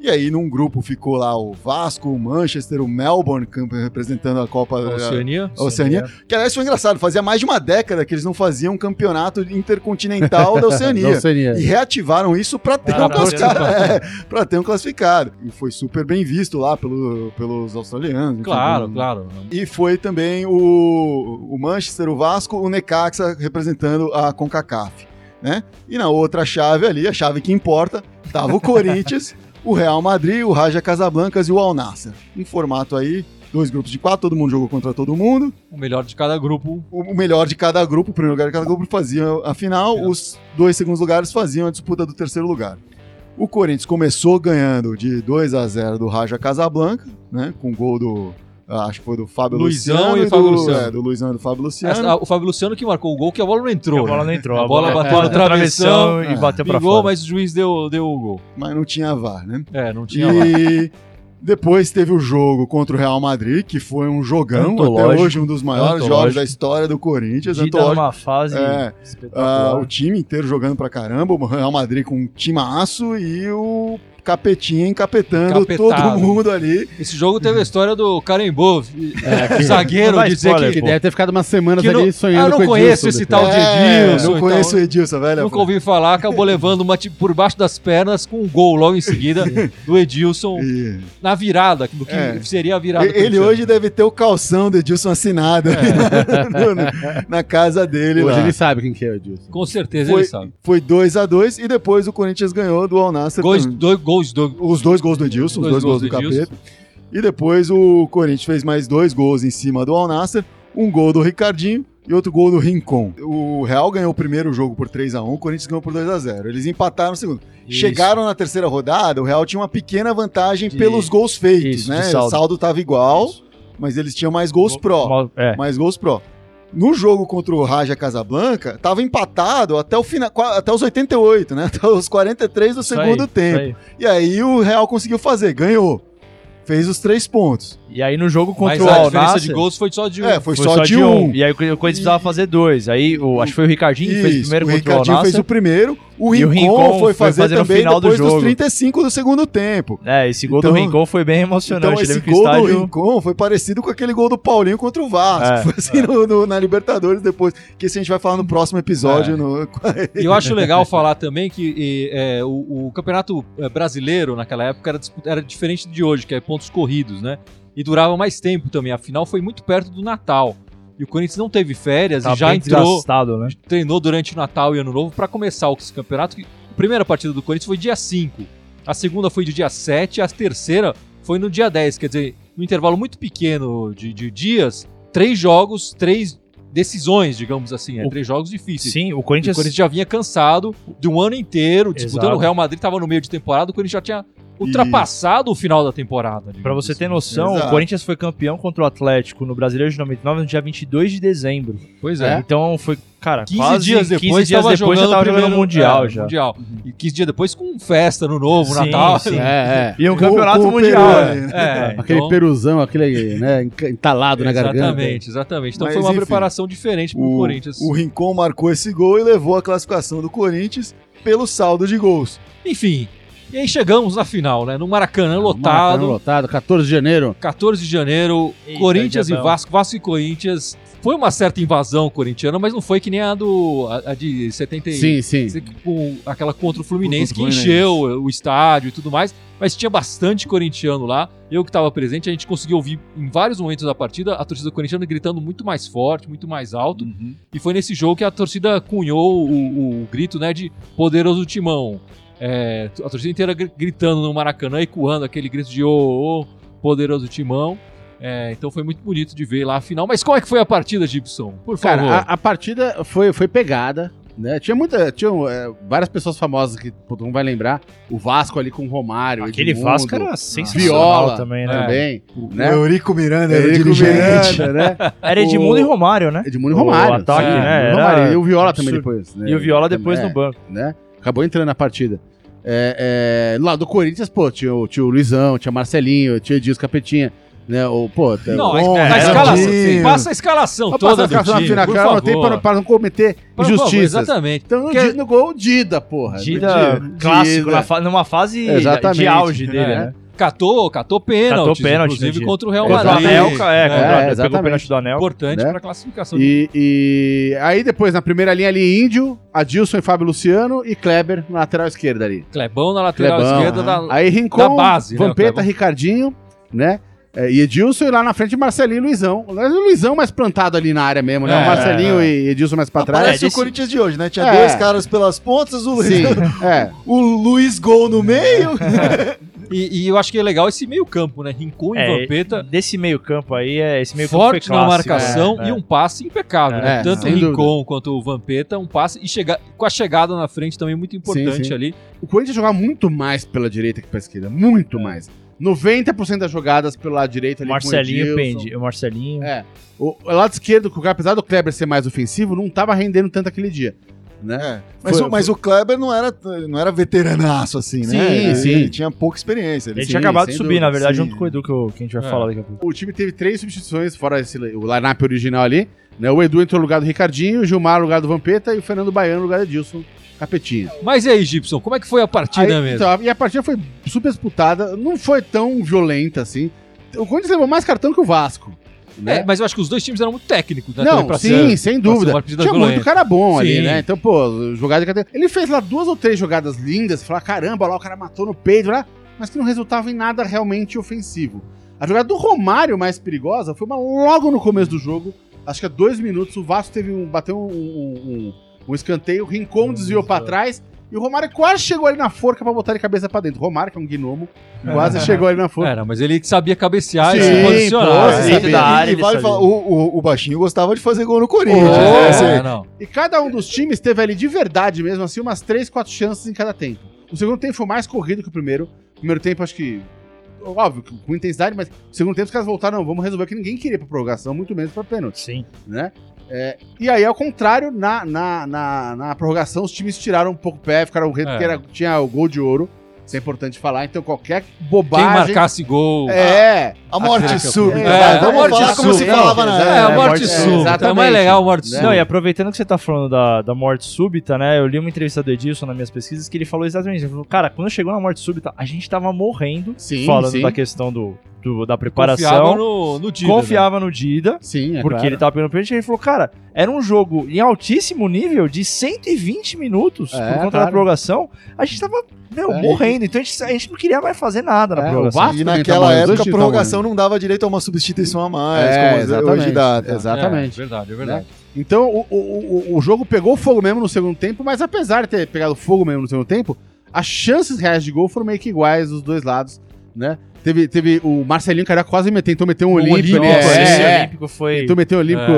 Speaker 2: E aí num grupo ficou lá o Vasco, o Manchester, o Melbourne campe- representando a Copa
Speaker 4: é,
Speaker 2: da
Speaker 1: Oceania.
Speaker 2: a Oceania. Que aliás foi engraçado, fazia mais de uma década que eles não faziam um campeonato intercontinental da Oceania.
Speaker 3: Não seria.
Speaker 2: E reativaram isso para ter,
Speaker 4: Ah,
Speaker 2: um
Speaker 4: pra
Speaker 2: classificado,
Speaker 1: ter um
Speaker 2: é, pra ter um classificado. E foi super bem visto lá pelo- pelos australianos. enfim,
Speaker 1: Claro,
Speaker 4: Uhum.
Speaker 2: pelo-
Speaker 1: claro.
Speaker 2: E foi também o, o Manchester, o Vasco, o Necaxa representando a CONCACAF. Né? E na outra chave ali, a chave que importa, tava o Corinthians, o Real Madrid, o Raja Casablancas e o Al Nassr. Um formato aí dois grupos de quatro, todo mundo jogou contra todo mundo.
Speaker 1: O melhor de cada grupo.
Speaker 2: O o melhor de cada grupo, o primeiro lugar de cada grupo fazia a final,
Speaker 1: Final.
Speaker 2: os dois segundos lugares faziam a disputa do terceiro lugar. O Corinthians começou ganhando de 2 a 0 do Raja Casablanca, né, com gol do ah, acho que foi do Fábio
Speaker 1: Luizão
Speaker 2: Luciano
Speaker 1: e
Speaker 2: do,
Speaker 1: Fábio Luciano.
Speaker 2: é, do Luizão e do Fábio Luciano.
Speaker 1: Ah, O Fábio Luciano que marcou o gol, que a bola não entrou.
Speaker 4: a bola não entrou.
Speaker 1: A bola bateu no travessão
Speaker 4: e
Speaker 2: é,
Speaker 4: bateu pra
Speaker 1: Pingou,
Speaker 4: fora.
Speaker 1: mas o juiz deu, deu o gol.
Speaker 2: mas não tinha VAR, né?
Speaker 1: É, não tinha lá.
Speaker 2: E depois teve o jogo contra o Real Madrid, que foi um jogão, até
Speaker 4: Antológico.
Speaker 2: hoje um dos maiores
Speaker 4: Antológico.
Speaker 2: jogos da história do Corinthians.
Speaker 4: Dida
Speaker 2: antológico.
Speaker 4: numa fase
Speaker 2: É, Ah,
Speaker 4: espetacular.
Speaker 2: o time inteiro jogando pra caramba, o Real Madrid com um timaço e o Capetinha encapetando
Speaker 1: Encapetado.
Speaker 2: todo mundo ali.
Speaker 1: Esse jogo teve a história do Karembov,
Speaker 3: É, que-
Speaker 1: zagueiro,
Speaker 4: Não dá
Speaker 1: de dizer
Speaker 4: spoiler,
Speaker 1: que.
Speaker 3: Que deve ter ficado umas semanas
Speaker 1: Que
Speaker 3: ali
Speaker 1: não-
Speaker 3: sonhando
Speaker 1: Ah, eu não
Speaker 3: com o Edilson
Speaker 1: conheço esse
Speaker 3: depois. É,
Speaker 1: tal de Edilson
Speaker 2: não
Speaker 1: e
Speaker 2: conheço
Speaker 1: tal.
Speaker 2: o Edilson, velho.
Speaker 1: Nunca ouvi falar, acabou levando uma tipo, por baixo das pernas com um gol logo em seguida do Edilson
Speaker 2: E-
Speaker 1: na virada, do que
Speaker 2: É.
Speaker 1: seria a virada. do
Speaker 2: Ele
Speaker 1: Corinthians.
Speaker 2: hoje deve ter o calção do Edilson assinado
Speaker 1: É.
Speaker 2: na, na casa dele
Speaker 3: Hoje
Speaker 2: lá.
Speaker 3: ele sabe quem que é o Edilson.
Speaker 1: Com certeza
Speaker 2: Foi-
Speaker 1: ele sabe.
Speaker 2: Foi 2 a 2 e depois o Corinthians ganhou do Al Nassr.
Speaker 1: Gols,
Speaker 2: também.
Speaker 1: dois gols do
Speaker 2: Os dois gols do Edilson, os dois, gols do,
Speaker 1: Edilson.
Speaker 2: Capeta. E depois o Corinthians fez mais dois gols em cima do Alnasser, um gol do Ricardinho e outro gol do Rincon. O Real ganhou o primeiro jogo por 3 a 1 o Corinthians ganhou por 2 a 0 Eles empataram no segundo.
Speaker 1: Isso.
Speaker 2: Chegaram na terceira rodada, o Real tinha uma pequena vantagem
Speaker 4: De-
Speaker 2: pelos gols feitos,
Speaker 4: Isso,
Speaker 2: né?
Speaker 4: de saldo.
Speaker 2: O saldo estava igual, mas eles tinham mais gols pró
Speaker 4: Mal- É.
Speaker 2: mais gols pró. No jogo contra o Raja Casablanca, tava empatado até o final, qua- até os 88, né? Até os 43 do
Speaker 4: Isso
Speaker 2: segundo
Speaker 4: aí,
Speaker 2: tempo.
Speaker 4: isso aí.
Speaker 2: E aí o Real conseguiu fazer, ganhou. Fez os três pontos.
Speaker 4: E aí no jogo contra
Speaker 1: Mas
Speaker 4: o
Speaker 1: a
Speaker 4: Al
Speaker 1: diferença
Speaker 4: Nassr,
Speaker 1: de gols foi só de um.
Speaker 2: É, foi, só, de um.
Speaker 4: E aí o Corinthians precisava fazer dois. Aí o, acho que foi o Ricardinho que fez o
Speaker 2: Isso,
Speaker 4: primeiro
Speaker 2: o
Speaker 4: contra o Al
Speaker 2: Ricardinho fez
Speaker 4: Nassr.
Speaker 2: o primeiro, o
Speaker 4: E
Speaker 2: Rincon,
Speaker 4: o Rincon
Speaker 2: foi
Speaker 4: foi
Speaker 2: fazer,
Speaker 4: fazer no
Speaker 2: também
Speaker 4: final do
Speaker 2: depois dos
Speaker 4: jogo.
Speaker 2: 35 do segundo tempo.
Speaker 4: É, esse gol
Speaker 2: Então-
Speaker 4: do Rincon foi bem emocionante.
Speaker 2: Então
Speaker 4: Ele
Speaker 2: esse
Speaker 4: lembro que o
Speaker 2: gol do
Speaker 4: estádio...
Speaker 2: Rincon foi parecido com aquele gol do Paulinho contra o Vasco,
Speaker 4: É,
Speaker 2: foi assim no- no- na Libertadores depois, que isso a gente vai falar no próximo episódio.
Speaker 1: É.
Speaker 2: no-
Speaker 1: E eu acho legal falar também que e, é, o, o campeonato é, brasileiro naquela época era, disputa- era diferente de hoje, que é pontos corridos, né? E durava mais tempo também. Afinal, foi muito perto do Natal. E o Corinthians não teve férias
Speaker 4: Tá
Speaker 1: e já
Speaker 4: bem
Speaker 1: entrou,
Speaker 4: desgastado, né?
Speaker 1: treinou durante o Natal e Ano Novo para começar o campeonato. que- A primeira partida do Corinthians foi dia 5, a segunda foi do dia 7, a terceira foi no dia 10. Quer dizer, num intervalo muito pequeno de, de dias, três jogos, três decisões, digamos assim. É,
Speaker 4: O-
Speaker 1: três jogos difíceis.
Speaker 4: Sim, o
Speaker 1: O
Speaker 4: Corinthians...
Speaker 1: Corinthians já vinha cansado de um ano inteiro disputando.
Speaker 4: Exato.
Speaker 1: O Real Madrid estava no meio de temporada, o Corinthians já tinha ultrapassado o final da temporada. digamos
Speaker 4: Pra você
Speaker 1: assim.
Speaker 4: ter noção,
Speaker 2: Exato.
Speaker 4: o Corinthians foi campeão contra o Atlético no Brasileiro de 99 no dia 22 de dezembro.
Speaker 1: Pois
Speaker 3: É?
Speaker 1: é.
Speaker 4: Então foi, cara,
Speaker 1: 15
Speaker 4: quase
Speaker 1: dias depois,
Speaker 4: 15 dias
Speaker 1: tava
Speaker 4: depois já
Speaker 1: jogando
Speaker 4: tava
Speaker 1: o primeiro-
Speaker 4: jogando o Mundial
Speaker 1: é,
Speaker 4: já. Uhum.
Speaker 1: Mundial. E 15 dias depois com festa no novo,
Speaker 4: Sim,
Speaker 1: Natal.
Speaker 4: sim.
Speaker 3: É, é.
Speaker 4: E um
Speaker 2: Com-
Speaker 4: campeonato
Speaker 2: com o
Speaker 4: mundial.
Speaker 2: Peru, né?
Speaker 1: É,
Speaker 3: Aquele
Speaker 1: então-
Speaker 3: peruzão, aquele né, enca- entalado na garganta.
Speaker 1: Exatamente, exatamente. Então
Speaker 2: Mas,
Speaker 1: foi uma
Speaker 2: enfim,
Speaker 1: preparação diferente pro
Speaker 2: O,
Speaker 1: Corinthians.
Speaker 2: o Rincon marcou esse gol e levou a classificação do Corinthians pelo saldo de gols.
Speaker 1: Enfim. E aí chegamos na final, né? No Maracanã
Speaker 3: Ah,
Speaker 1: lotado.
Speaker 3: Maracanã lotado, 14 de janeiro.
Speaker 1: 14 de janeiro,
Speaker 4: Eita,
Speaker 1: Corinthians e
Speaker 4: diabão.
Speaker 1: Vasco, Vasco e Corinthians. Foi uma certa invasão corintiana, mas não foi que nem a do a, a de 70 e-
Speaker 3: Sim, sim.
Speaker 1: com aquela contra o Fluminense que
Speaker 2: Contra o Fluminense.
Speaker 1: encheu o estádio e tudo mais, mas tinha bastante corintiano lá. Eu que estava presente, a gente conseguiu ouvir em vários momentos da partida a torcida corintiana gritando muito mais forte, muito mais alto. E foi nesse jogo que a torcida cunhou o, o grito né, de poderoso timão. É, a torcida inteira gri- gritando no Maracanã, ecoando aquele grito de ô, ô, poderoso timão. É, então foi muito bonito de ver lá a final. Mas como é que foi a partida, Gibson? Por favor.
Speaker 3: Cara, a, a partida foi, foi pegada, né? Tinha muita. Tinha é, várias pessoas famosas que todo mundo vai lembrar. O Vasco ali com o Romário.
Speaker 4: Aquele
Speaker 3: Edmundo
Speaker 4: Vasco era sensacional
Speaker 3: Viola
Speaker 4: também, né?
Speaker 3: também. Né?
Speaker 2: Eurico Miranda É. era o
Speaker 3: Eurico
Speaker 2: dirigente.
Speaker 3: Miranda, né?
Speaker 4: Era Edmundo
Speaker 3: O-
Speaker 4: e Romário, né?
Speaker 3: Edmundo
Speaker 4: O
Speaker 3: e Romário.
Speaker 4: ataque,
Speaker 3: sim,
Speaker 4: né,
Speaker 3: Edmundo e
Speaker 4: era
Speaker 3: Romário. E o Viola
Speaker 4: absurdo.
Speaker 3: também depois. né?
Speaker 4: E o Viola depois
Speaker 3: É,
Speaker 4: no banco.
Speaker 3: né? Acabou entrando na partida. É, é, lá do Corinthians, pô, tinha o, tinha o Luizão, tinha Marcelinho, tinha o Edilson Capetinha, né? O, pô, tá-
Speaker 1: Não, a,
Speaker 2: Bom,
Speaker 1: a
Speaker 4: era
Speaker 1: escalação.
Speaker 2: time.
Speaker 1: Passa a escalação
Speaker 3: Vou
Speaker 1: toda
Speaker 3: passar a
Speaker 1: do
Speaker 3: na
Speaker 1: time,
Speaker 3: final,
Speaker 1: por
Speaker 3: cara, eu anotei
Speaker 1: favor.
Speaker 3: pra, pra não cometer
Speaker 1: Por favor,
Speaker 3: injustiças.
Speaker 1: exatamente.
Speaker 3: então, no,
Speaker 1: Que-
Speaker 3: Dida- no gol, Dida, porra.
Speaker 4: Dida,
Speaker 2: Dida.
Speaker 4: clássico,
Speaker 2: Dida.
Speaker 4: na fa- numa fase
Speaker 3: Exatamente,
Speaker 4: de auge dele,
Speaker 1: é.
Speaker 4: né?
Speaker 1: Catou, catou pênalti.
Speaker 4: Catou pênalti,
Speaker 1: Inclusive
Speaker 4: né,
Speaker 1: contra o Real
Speaker 3: Contra o
Speaker 1: Madrid.
Speaker 3: Anel,
Speaker 4: Anelka, é,
Speaker 3: É,
Speaker 4: contra- pegou
Speaker 3: exatamente.
Speaker 4: o pênalti do Anel.
Speaker 1: Importante
Speaker 3: né?
Speaker 1: pra classificação.
Speaker 3: E, e aí depois, na primeira linha ali, Índio, Adilson e Fábio Luciano e Kleber na lateral esquerda ali.
Speaker 1: Clebão na lateral
Speaker 3: Clebão, né?
Speaker 1: esquerda
Speaker 2: aham.
Speaker 1: da.
Speaker 3: Aí Rincon,
Speaker 1: Da base, né, o
Speaker 3: Vampeta,
Speaker 1: Clebão.
Speaker 3: Ricardinho, né? É, E Edilson e lá na frente Marcelinho e Luizão. Mas o Luizão mais plantado ali na área mesmo, né?
Speaker 1: É,
Speaker 3: o Marcelinho e Edilson mais pra trás.
Speaker 2: Parece
Speaker 4: É,
Speaker 2: o
Speaker 4: desse-
Speaker 2: Corinthians de hoje, né? Tinha
Speaker 3: É.
Speaker 2: dois caras pelas pontas, o,
Speaker 3: Sim, é.
Speaker 2: o Luiz Gol no meio.
Speaker 1: E, e eu acho que é legal esse meio campo, né? Rincon e
Speaker 4: É,
Speaker 1: Vampeta,
Speaker 4: Desse meio campo aí, é esse meio campo
Speaker 1: forte
Speaker 4: foi
Speaker 1: na
Speaker 4: clássico,
Speaker 1: marcação
Speaker 4: é, é.
Speaker 1: e um passe impecável, né?
Speaker 3: É,
Speaker 1: Tanto o
Speaker 3: sem
Speaker 1: Rincon
Speaker 3: dúvida.
Speaker 1: quanto o Vampeta, um passe e chega, com a chegada na frente também muito importante
Speaker 3: sim.
Speaker 1: ali.
Speaker 3: O Corinthians jogava muito mais pela direita que pela esquerda. Muito mais. 90% das jogadas pelo lado direito
Speaker 4: O
Speaker 3: ali com
Speaker 4: Marcelinho
Speaker 3: o Edilson.
Speaker 4: pende, o Marcelinho.
Speaker 3: É. O, o lado esquerdo, que o- apesar do Kleber ser mais ofensivo, não tava rendendo tanto aquele dia. Né?
Speaker 2: É, mas,
Speaker 3: Foi-
Speaker 2: o, mas o Kleber não era, não era veteranaço assim, né?
Speaker 3: Sim,
Speaker 2: ele,
Speaker 3: sim.
Speaker 2: ele tinha pouca experiência.
Speaker 4: Ele
Speaker 2: Ele
Speaker 4: tinha
Speaker 3: Sim,
Speaker 4: acabado de
Speaker 3: sem
Speaker 4: subir,
Speaker 3: dúvida,
Speaker 4: na verdade,
Speaker 2: sim.
Speaker 4: junto com o Edu, que, eu- que a gente vai
Speaker 1: É.
Speaker 4: falar daqui a pouco.
Speaker 3: O time teve três substituições, fora esse, o line-up original ali. Né? O Edu entrou no lugar do Ricardinho, o Gilmar no lugar do Vampeta e o Fernando Baiano no lugar do Edilson. Capetinha.
Speaker 1: Mas e aí, Gibson, como é que foi a partida
Speaker 3: Aí,
Speaker 1: mesmo?
Speaker 3: então, e a partida foi super disputada, não foi tão violenta assim. O Corinthians levou mais cartão que o Vasco. Né?
Speaker 1: É, mas eu acho que os dois times eram muito técnicos, né? também
Speaker 3: Não,
Speaker 1: pra
Speaker 3: sim,
Speaker 1: ser- pra
Speaker 3: sem
Speaker 1: ser um
Speaker 3: dúvida.
Speaker 1: uma partida
Speaker 3: Tinha
Speaker 1: violenta.
Speaker 3: muito cara bom ali,
Speaker 1: Sim.
Speaker 3: né? Então, pô, jogada de cate- Ele fez lá duas ou três jogadas lindas, falar, caramba, lá o cara matou no peito, lá, mas que não resultava em nada realmente ofensivo. A jogada do Romário mais perigosa foi uma logo no começo do jogo. Acho que há dois minutos o Vasco teve um. bateu um, um, um- um escanteio, o Rincon desviou pra trás. E o Romário quase chegou ali na forca pra botar de cabeça pra dentro. O Romário, que é um gnomo, quase chegou ali na forca.
Speaker 1: Era, mas ele sabia cabecear e
Speaker 3: Sim,
Speaker 1: se
Speaker 3: pô,
Speaker 1: posicionar.
Speaker 3: sim.
Speaker 1: né?
Speaker 4: Dentro da área,
Speaker 2: e
Speaker 4: ele
Speaker 2: vale
Speaker 4: sabia.
Speaker 2: falar, o, o, o baixinho gostava de fazer gol no Corinthians.
Speaker 3: Oh!
Speaker 2: né?
Speaker 1: É,
Speaker 2: Assim,
Speaker 1: não.
Speaker 3: E cada um dos times teve ali de verdade mesmo, assim, umas 3, 4 chances em cada tempo. O segundo tempo foi mais corrido que o primeiro. O primeiro tempo, acho que. Óbvio, que com intensidade, mas o segundo tempo os caras voltaram, não, vamos resolver que ninguém queria pra prorrogação, muito menos pra pênalti,
Speaker 4: Sim.
Speaker 3: né? É, e aí, ao contrário, na, na, na, na prorrogação, os times tiraram um pouco o pé, ficaram reto,
Speaker 1: É.
Speaker 3: porque era, tinha o gol de ouro. Isso é importante falar, então qualquer
Speaker 1: Quem
Speaker 3: bobagem.
Speaker 1: marcasse gol.
Speaker 3: É,
Speaker 2: A morte
Speaker 1: Aquele
Speaker 2: súbita.
Speaker 3: campeão.
Speaker 2: vai,
Speaker 3: É,
Speaker 2: vamos
Speaker 1: a morte
Speaker 2: falar como se
Speaker 1: súbita.
Speaker 2: falava na
Speaker 1: É, a
Speaker 4: é,
Speaker 1: morte
Speaker 4: morte- é,
Speaker 1: súbita. É, mais
Speaker 3: exatamente.
Speaker 1: legal a morte
Speaker 3: Né?
Speaker 1: súbita.
Speaker 4: Não, e aproveitando que você tá falando da, da morte súbita, né? Eu li uma entrevista do Edilson nas minhas pesquisas que ele falou exatamente isso. Ele falou, cara, quando chegou na morte súbita, a gente tava morrendo
Speaker 3: sim,
Speaker 4: falando
Speaker 3: sim.
Speaker 4: da questão do, do-
Speaker 1: Confiava
Speaker 4: da preparação.
Speaker 1: no, no Dida, né?"
Speaker 4: Confiava no Dida.
Speaker 3: Sim, é
Speaker 4: Porque
Speaker 3: claro.
Speaker 4: ele tava pegando pênalti, ele falou, cara, era um jogo em altíssimo nível de 120 minutos
Speaker 3: É,
Speaker 4: por conta
Speaker 3: claro.
Speaker 4: da prorrogação. A gente tava, meu,
Speaker 3: É.
Speaker 4: morrendo. Então a gente, a gente não queria mais fazer nada na
Speaker 3: É, o
Speaker 4: prorrogação.
Speaker 3: Vasco
Speaker 2: E
Speaker 3: também tá
Speaker 2: naquela
Speaker 3: morrendo, os
Speaker 2: época
Speaker 3: dois
Speaker 2: a
Speaker 3: times
Speaker 2: prorrogação não dava direito a uma substituição a mais,
Speaker 3: É,
Speaker 2: como hoje
Speaker 3: exatamente.
Speaker 2: dá. tá?
Speaker 1: né?
Speaker 3: Exatamente.
Speaker 1: É, verdade, é verdade.
Speaker 3: Então, o, o, o, o jogo pegou fogo mesmo no segundo tempo, mas apesar de ter pegado fogo mesmo no segundo tempo, as chances reais de gol foram meio que iguais dos dois lados, né? Teve, teve o Marcelinho Carioca quase meteu, então meteu
Speaker 1: Um
Speaker 3: um
Speaker 1: olímpico,
Speaker 3: olímpico. ali,
Speaker 1: nossa,
Speaker 3: é,
Speaker 4: esse
Speaker 3: é,
Speaker 4: Olímpico foi...
Speaker 3: Então meteu o olímpico.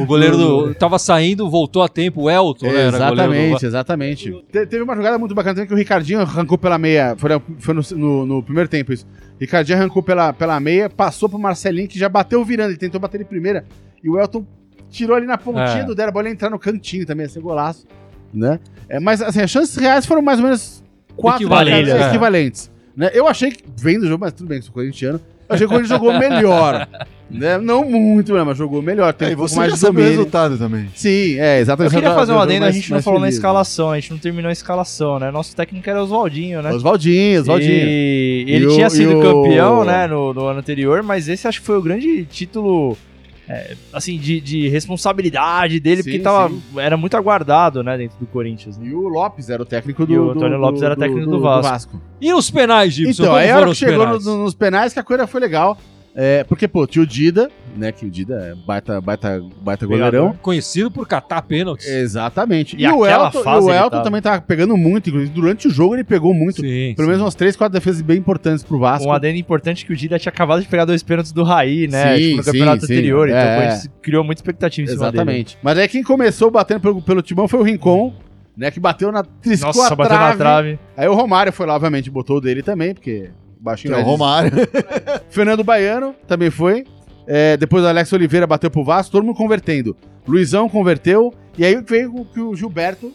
Speaker 1: O goleiro do, tava saindo, voltou a tempo, o Elton, né? Era goleiro do-
Speaker 3: exatamente, exatamente. Te- teve uma jogada muito bacana também que o Ricardinho arrancou pela meia. Foi, na- foi no, no- no primeiro tempo isso. Ricardinho arrancou pela, pela meia, passou pro Marcelinho, que já bateu virando. Ele tentou bater de primeira. E o Elton tirou ali na pontinha
Speaker 1: É.
Speaker 3: do Dera, a bola ia entrar no cantinho também, ia ser golaço. Né? É, mas assim, as chances reais foram mais ou menos quatro
Speaker 1: Equivalentes,
Speaker 3: jogadas
Speaker 1: é.
Speaker 3: equivalentes. Né? Eu achei que, vendo o jogo, mas tudo bem, que sou corintiano. Eu achei que o Corinthians jogou melhor. Né? Não muito, né? mas jogou melhor.
Speaker 2: É,
Speaker 3: Tem um
Speaker 2: e
Speaker 3: pouco
Speaker 2: você
Speaker 3: mais
Speaker 2: já
Speaker 3: de
Speaker 2: sabe o
Speaker 3: domínio.
Speaker 2: resultado também.
Speaker 3: Sim, é,
Speaker 4: Eu
Speaker 3: exatamente.
Speaker 4: queria fazer um adendo, a gente não falou na
Speaker 3: escala
Speaker 4: escalação, a gente não terminou a escalação, né? Nosso técnico era Oswaldinho, né?
Speaker 3: Oswaldinho, Oswaldinho.
Speaker 4: E
Speaker 3: E
Speaker 4: ele
Speaker 3: o-
Speaker 4: tinha
Speaker 3: e
Speaker 4: sido
Speaker 3: o-
Speaker 4: campeão, né, no, no ano anterior, mas esse acho que foi o grande título, é, assim, de, de responsabilidade dele,
Speaker 3: Sim,
Speaker 4: porque tava, era muito aguardado, né, dentro do Corinthians. Né?
Speaker 3: E o Lopes era o técnico do.
Speaker 4: E o
Speaker 3: do-
Speaker 4: Antônio
Speaker 3: do-
Speaker 4: Lopes era técnico do Vasco.
Speaker 1: E nos penais, Gibson?
Speaker 3: Então,
Speaker 1: como
Speaker 3: aí a hora
Speaker 1: foram
Speaker 3: que
Speaker 1: os
Speaker 3: chegou
Speaker 1: penais?
Speaker 3: no- nos penais que a coisa foi legal. É, porque, pô, tinha o Dida, né? Que o Dida é baita, baita, baita
Speaker 4: Pegador.
Speaker 3: goleirão.
Speaker 1: Conhecido por catar pênaltis.
Speaker 3: É, Exatamente.
Speaker 4: E aquela
Speaker 3: Elton,
Speaker 4: fase
Speaker 3: o
Speaker 4: ele
Speaker 3: Elton
Speaker 4: tava.
Speaker 3: também tava pegando muito, inclusive durante o jogo ele pegou muito.
Speaker 1: Sim, sim.
Speaker 3: Pelo menos umas três, quatro defesas bem importantes pro Vasco.
Speaker 4: Um adendo importante que o Dida tinha acabado de pegar dois pênaltis do Raí, né,
Speaker 3: Sim,
Speaker 4: tipo, no
Speaker 3: sim,
Speaker 4: campeonato
Speaker 3: sim.
Speaker 4: anterior, então
Speaker 3: É,
Speaker 4: o Corinthians criou muita expectativa em cima dele.
Speaker 3: Exatamente. Mas aí quem começou batendo pelo, pelo timão foi o Rincon, né? Que bateu na. Triscou
Speaker 4: Nossa,
Speaker 3: a
Speaker 4: bateu na
Speaker 3: trave.
Speaker 4: trave.
Speaker 3: Aí o Romário foi lá, obviamente, botou o dele também, porque o baixinho
Speaker 2: Que é
Speaker 3: lá
Speaker 2: o
Speaker 3: diz-
Speaker 2: Romário.
Speaker 3: Fernando Baiano também foi. É, depois o Alex Oliveira bateu pro Vasco, todo mundo convertendo. Luizão converteu. E aí veio o que o Gilberto.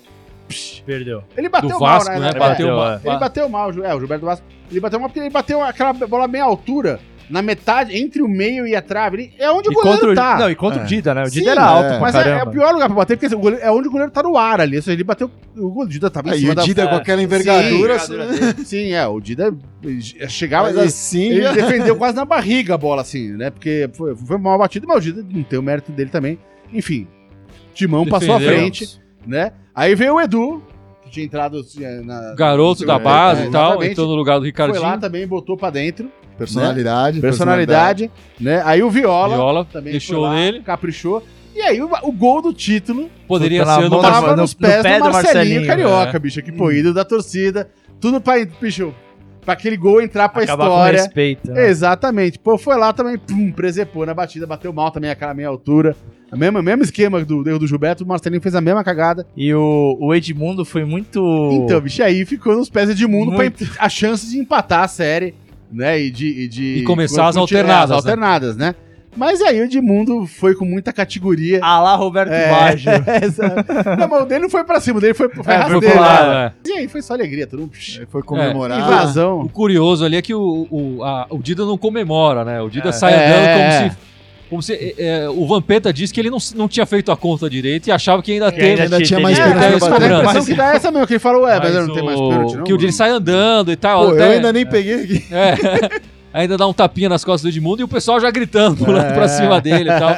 Speaker 4: Perdeu.
Speaker 3: Ele bateu
Speaker 1: do Vasco,
Speaker 3: mal,
Speaker 1: né?
Speaker 3: né?
Speaker 4: Ele
Speaker 1: Bateu,
Speaker 4: bateu,
Speaker 1: ba-
Speaker 4: é.
Speaker 3: Ele bateu mal, Ju- é, o Gilberto do Vasco. Ele bateu mal porque ele bateu aquela bola meia altura, na metade, entre o meio e a trave. Ele- é onde o
Speaker 4: E
Speaker 3: goleiro
Speaker 4: contra, o-
Speaker 3: tá.
Speaker 4: Não, e contra o
Speaker 2: É.
Speaker 4: Dida, né? O Dida
Speaker 3: Sim,
Speaker 4: era alto,
Speaker 2: é.
Speaker 4: pra
Speaker 3: Mas é, é
Speaker 4: caramba.
Speaker 3: o pior lugar pra bater, porque assim, o goleiro- é onde o goleiro tá no ar ali. Ou seja, ele bateu. O goleiro tava em
Speaker 2: Aí
Speaker 3: cima
Speaker 2: o
Speaker 3: da
Speaker 2: Dida com aquela envergadura.
Speaker 4: Sim,
Speaker 2: assim,
Speaker 3: Sim, é, o Dida eh, chegava.
Speaker 2: Mas
Speaker 3: ele-
Speaker 2: assim,
Speaker 3: Ele
Speaker 2: já-
Speaker 3: defendeu quase na barriga a bola, assim, né? Porque foi, foi mal batido, mas o Dida não tem o mérito dele também. Enfim, Timão passou à
Speaker 1: Defendeu.
Speaker 3: frente, né? Aí veio o Edu, que tinha entrado eh, na.
Speaker 1: um Garoto da
Speaker 3: É,
Speaker 1: base e tal,
Speaker 3: exatamente.
Speaker 1: entrou no lugar do
Speaker 3: Foi lá tá,
Speaker 1: Ricardinho.
Speaker 3: também, botou pra dentro.
Speaker 2: personalidade,
Speaker 3: Personalidade, né? Aí o Viola,
Speaker 1: Viola
Speaker 3: também
Speaker 1: deixou
Speaker 3: foi lá,
Speaker 1: ele.
Speaker 3: caprichou. E aí o, o gol do título
Speaker 1: Poderia
Speaker 4: Pela
Speaker 1: ser do
Speaker 4: mão
Speaker 1: Mar-
Speaker 4: da-
Speaker 3: tava
Speaker 4: no-
Speaker 3: nos
Speaker 4: no
Speaker 3: pés
Speaker 4: pé
Speaker 3: do
Speaker 4: do
Speaker 3: Marcelinho,
Speaker 4: Marcelinho, né?
Speaker 3: Carioca,
Speaker 1: é.
Speaker 3: bicho. Que poído da torcida. Tudo pra. Bicho, pra aquele gol entrar pra
Speaker 4: Acabar com
Speaker 3: história.
Speaker 4: respeito. né?
Speaker 3: Exatamente. Pô, foi lá também, pum, presepou na batida, bateu mal também aquela meia altura. O mesmo, mesmo esquema do do erro do Gilberto, o Marcelinho fez a mesma cagada.
Speaker 4: E o, o Edmundo foi muito.
Speaker 3: Então, bicho, aí ficou nos pés de Edmundo pra
Speaker 4: Muito.
Speaker 3: em- a chance de empatar a série, né? E de. E, de-
Speaker 1: E começar as
Speaker 3: continuar
Speaker 1: alternadas,
Speaker 3: As alternadas, né? Mas aí o Edmundo foi com muita categoria.
Speaker 4: Ah lá, Roberto
Speaker 3: É.
Speaker 4: Baggio.
Speaker 3: Exato. não, mas o dele não foi pra cima, o dele foi, foi
Speaker 4: É,
Speaker 1: Foi
Speaker 3: rasteiro.
Speaker 1: pro lado,
Speaker 4: né?
Speaker 1: é.
Speaker 3: E aí foi só alegria, todo mundo. psh,
Speaker 2: Foi
Speaker 4: É,
Speaker 2: comemorar.
Speaker 1: O
Speaker 3: Invasão.
Speaker 1: curioso ali é que o, o, a- o Dida não comemora, né? O Dida
Speaker 4: É.
Speaker 1: sai
Speaker 3: É.
Speaker 1: andando como se. Como se é, é, o Vampeta disse que ele não, se- não tinha feito a conta direito e achava que ainda
Speaker 4: Que
Speaker 1: teve.
Speaker 4: ainda
Speaker 2: ainda tinha
Speaker 4: tinha
Speaker 2: mais
Speaker 1: tenido.
Speaker 2: pênalti
Speaker 1: É,
Speaker 2: pra
Speaker 1: isso
Speaker 3: Mas
Speaker 1: é
Speaker 2: bater.
Speaker 3: a
Speaker 1: cobrança.
Speaker 3: impressão que dá é essa mesmo, que ele falou, ué, mas, não tem mais
Speaker 1: o-
Speaker 3: pênalti, não.
Speaker 1: Que o Dida sai andando e tal.
Speaker 2: Pô, eu
Speaker 1: até-
Speaker 4: né?
Speaker 2: ainda nem peguei aqui.
Speaker 1: É. Ainda dá um tapinha nas costas do Edmundo e o pessoal já gritando, pulando pra cima dele e tal,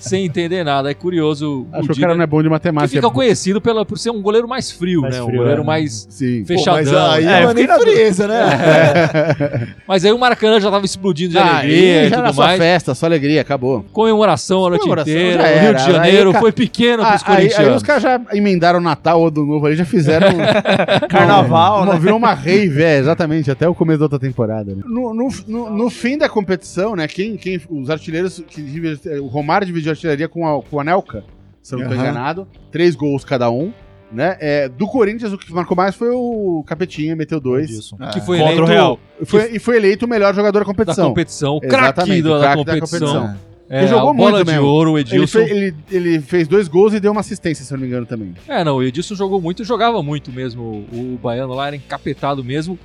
Speaker 1: sem entender nada. É curioso.
Speaker 3: Acho que o cara não é bom de
Speaker 1: que
Speaker 3: matemática.
Speaker 1: fica conhecido pela, por ser um goleiro mais frio,
Speaker 4: Mais
Speaker 1: né?
Speaker 4: frio,
Speaker 1: um goleiro
Speaker 4: é.
Speaker 1: mais
Speaker 3: Sim.
Speaker 2: Pô,
Speaker 1: fechadão.
Speaker 2: mas aí
Speaker 1: né?
Speaker 4: É, eu
Speaker 2: não é nem frieza, né?
Speaker 1: Mas aí o Maracanã já tava explodindo de
Speaker 3: Ah,
Speaker 1: alegria
Speaker 3: aí
Speaker 1: e
Speaker 3: já era
Speaker 1: tudo
Speaker 3: só
Speaker 1: mais.
Speaker 3: festa, só alegria, acabou.
Speaker 1: Comemoração a noite
Speaker 3: Comemoração,
Speaker 1: inteira.
Speaker 3: já
Speaker 1: O Rio
Speaker 3: era.
Speaker 1: de
Speaker 3: Aí,
Speaker 1: Janeiro
Speaker 3: ca-
Speaker 1: foi pequeno pros
Speaker 3: Ah, aí, aí
Speaker 1: corintianos.
Speaker 3: os caras já emendaram o Natal ou do Novo ali, já fizeram um-
Speaker 4: Carnaval,
Speaker 3: uma,
Speaker 4: né?
Speaker 3: virou uma rave, é, exatamente, até o começo da outra temporada. né? No, no- no- no fim da competição, né, quem, quem, os artilheiros, que dividi- o Romário dividiu a artilharia com, a, com o Anelka, se eu não tô
Speaker 2: Aham.
Speaker 3: enganado, três gols cada um, né, é, do Corinthians o que marcou mais foi o Capetinha, meteu dois,
Speaker 4: Isso.
Speaker 1: Que foi
Speaker 4: Contra o
Speaker 1: eleito
Speaker 4: Real.
Speaker 3: e foi, e foi eleito o melhor jogador da
Speaker 1: da
Speaker 3: competição.
Speaker 1: competição, o
Speaker 3: Exatamente,
Speaker 1: craque
Speaker 3: o
Speaker 1: da, da
Speaker 3: craque da
Speaker 1: competição.
Speaker 3: competição.
Speaker 1: É,
Speaker 3: Ele jogou
Speaker 1: a bola
Speaker 3: muito
Speaker 1: de
Speaker 3: mesmo.
Speaker 1: ouro, o
Speaker 3: Ele,
Speaker 1: Edilson.
Speaker 3: fe- ele- ele fez dois gols e deu uma assistência, se eu não me engano, também.
Speaker 1: É, não, o Edilson jogou muito, jogava muito mesmo. O baiano lá era encapetado mesmo.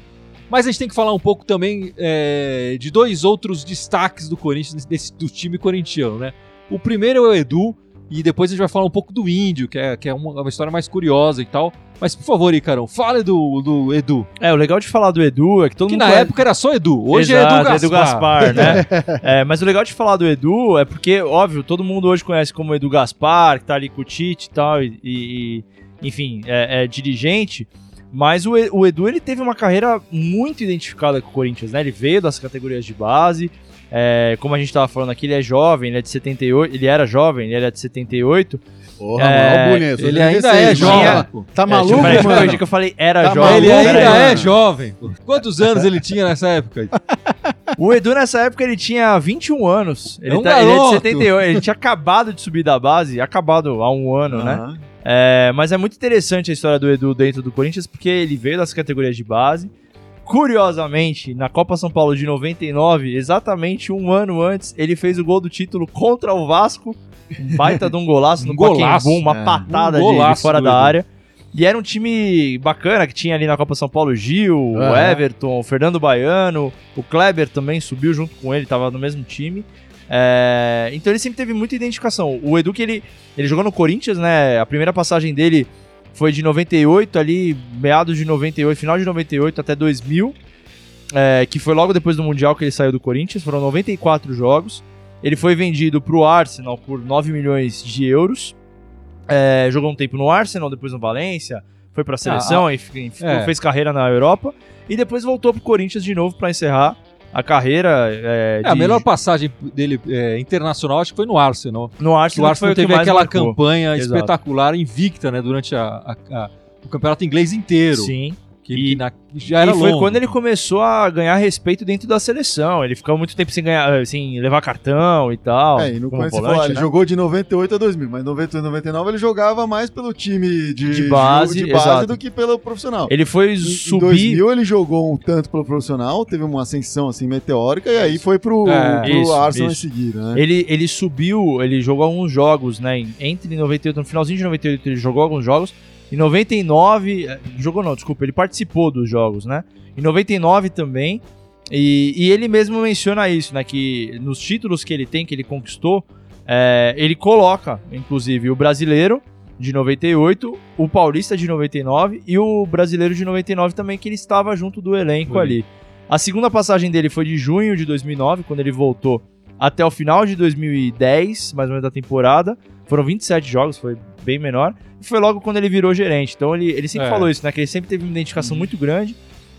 Speaker 1: Mas a gente tem que falar um pouco também é, de dois outros destaques do Corinthians, desse, do time corintiano, né? O primeiro é o Edu, e depois a gente vai falar um pouco do Índio, que é, que é uma, uma história mais curiosa e tal. Mas, por favor, Icarão, fale do, do Edu.
Speaker 4: É, o legal de falar do Edu é que todo
Speaker 1: Que
Speaker 4: mundo.
Speaker 1: na
Speaker 4: conhece-
Speaker 1: época era só Edu, hoje é Edu
Speaker 4: Exato,
Speaker 1: Gaspar.
Speaker 4: né? É, mas o legal de falar do Edu é porque, óbvio, todo mundo hoje conhece como Edu Gaspar, que tá ali com o Tite e tal, e, e- e, enfim, é, é dirigente. Mas o, E- o Edu, ele teve uma carreira muito identificada com o Corinthians, né? Ele veio das categorias de base, é, como a gente tava falando aqui, ele é jovem, ele é de 78, ele era jovem, ele era de 78.
Speaker 3: Porra,
Speaker 4: É,
Speaker 3: mano, olha o Bunha, eu sou
Speaker 1: Ele
Speaker 3: 36,
Speaker 1: ainda é
Speaker 2: né?
Speaker 1: tipo,
Speaker 3: mano.
Speaker 1: jovem. pô.
Speaker 3: Tá
Speaker 4: É,
Speaker 3: maluco,
Speaker 4: parece que foi o dia
Speaker 3: mano?
Speaker 4: que eu falei era
Speaker 3: Tá
Speaker 4: jovem.
Speaker 1: Ele
Speaker 3: maluco,
Speaker 4: era
Speaker 1: ainda
Speaker 3: velho.
Speaker 1: é jovem. pô. Quantos anos ele tinha nessa época?
Speaker 4: O Edu, nessa época, ele tinha 21 anos. Ele,
Speaker 1: É um
Speaker 4: tá, ele é de
Speaker 1: garoto.
Speaker 4: 78. Ele tinha acabado de subir da base, acabado há um ano, né?
Speaker 2: Aham.
Speaker 4: É, mas é muito interessante a história do Edu dentro do Corinthians, porque ele veio das categorias de base. Curiosamente, na Copa São Paulo de 99, exatamente um ano antes, ele fez o gol do título contra o Vasco. Um baita de um golaço
Speaker 1: Um
Speaker 4: no
Speaker 1: golaço,
Speaker 4: Pacaembu, uma
Speaker 2: é.
Speaker 4: patada
Speaker 1: Um
Speaker 4: de- de,
Speaker 1: golaço
Speaker 4: fora
Speaker 1: do
Speaker 4: da
Speaker 1: Edu.
Speaker 4: área. E era um time bacana que tinha ali na Copa São Paulo o Gil, o
Speaker 3: Aham.
Speaker 4: Everton, o Fernando Baiano, o Kleber também subiu junto com ele, tava no mesmo time. É, então ele sempre teve muita identificação. O Edu que ele, ele jogou no Corinthians, né? A primeira passagem dele foi de 98 ali, meados de 98, final de 98 até 2000, é, que foi logo depois do Mundial que ele saiu do Corinthians, foram 94 jogos. Ele foi vendido pro Arsenal por 9 milhões de euros. É, jogou um tempo no Arsenal, depois no Valência, foi pra seleção, enfim, ficou-
Speaker 1: é.
Speaker 4: fez carreira na Europa e depois voltou pro Corinthians de novo pra encerrar a carreira é,
Speaker 1: É, a
Speaker 4: de-
Speaker 1: melhor passagem dele é, internacional acho que foi no Arsenal.
Speaker 4: no
Speaker 1: Que o
Speaker 4: Arsenal. que foi
Speaker 1: Arsenal
Speaker 4: que
Speaker 1: teve
Speaker 4: mais
Speaker 1: aquela
Speaker 4: marcou.
Speaker 1: campanha
Speaker 4: Exato.
Speaker 1: espetacular, invicta, né? Durante a- a- a- o campeonato inglês inteiro.
Speaker 4: Sim.
Speaker 1: Que,
Speaker 4: E-
Speaker 1: que na- que já era
Speaker 4: e foi
Speaker 1: longo.
Speaker 4: quando ele começou a ganhar respeito dentro da seleção. Ele ficou muito tempo sem ganhar, eh, sem levar cartão e tal.
Speaker 2: É, e no
Speaker 4: como
Speaker 2: começo você
Speaker 4: volante,
Speaker 2: falou, ele
Speaker 4: né?
Speaker 2: jogou de 98 a 2000, mas 98 99 ele jogava mais pelo time de,
Speaker 4: De base,
Speaker 2: de base
Speaker 4: exato.
Speaker 2: do que pelo profissional.
Speaker 4: Ele foi
Speaker 2: Em- Em
Speaker 4: subir.
Speaker 2: 2000 ele jogou um tanto pelo profissional, teve uma ascensão assim meteórica e aí foi pro,
Speaker 1: É,
Speaker 2: pro
Speaker 4: isso,
Speaker 2: Arsenal
Speaker 4: isso.
Speaker 2: em seguida, né?
Speaker 4: Ele, ele subiu, ele jogou alguns jogos, né? em- Entre 98, no finalzinho de 98, ele jogou alguns jogos. Em 99, eh, jogou não, desculpa, ele participou dos jogos, né? Em 99 também. E, e ele mesmo menciona isso, né? Que nos títulos que ele tem, que ele conquistou, eh, ele coloca, inclusive, o brasileiro de 98, o paulista de 99 e o brasileiro de 99 também, que ele estava junto do elenco
Speaker 1: Foi.
Speaker 4: ali. A segunda passagem dele foi de junho de 2009, quando ele voltou até o final de 2010, mais ou menos da temporada. Foram 27 jogos, foi bem menor. E foi logo quando ele virou gerente. Então ele, ele sempre
Speaker 1: É.
Speaker 4: falou isso, né? Que ele sempre teve uma identificação muito grande.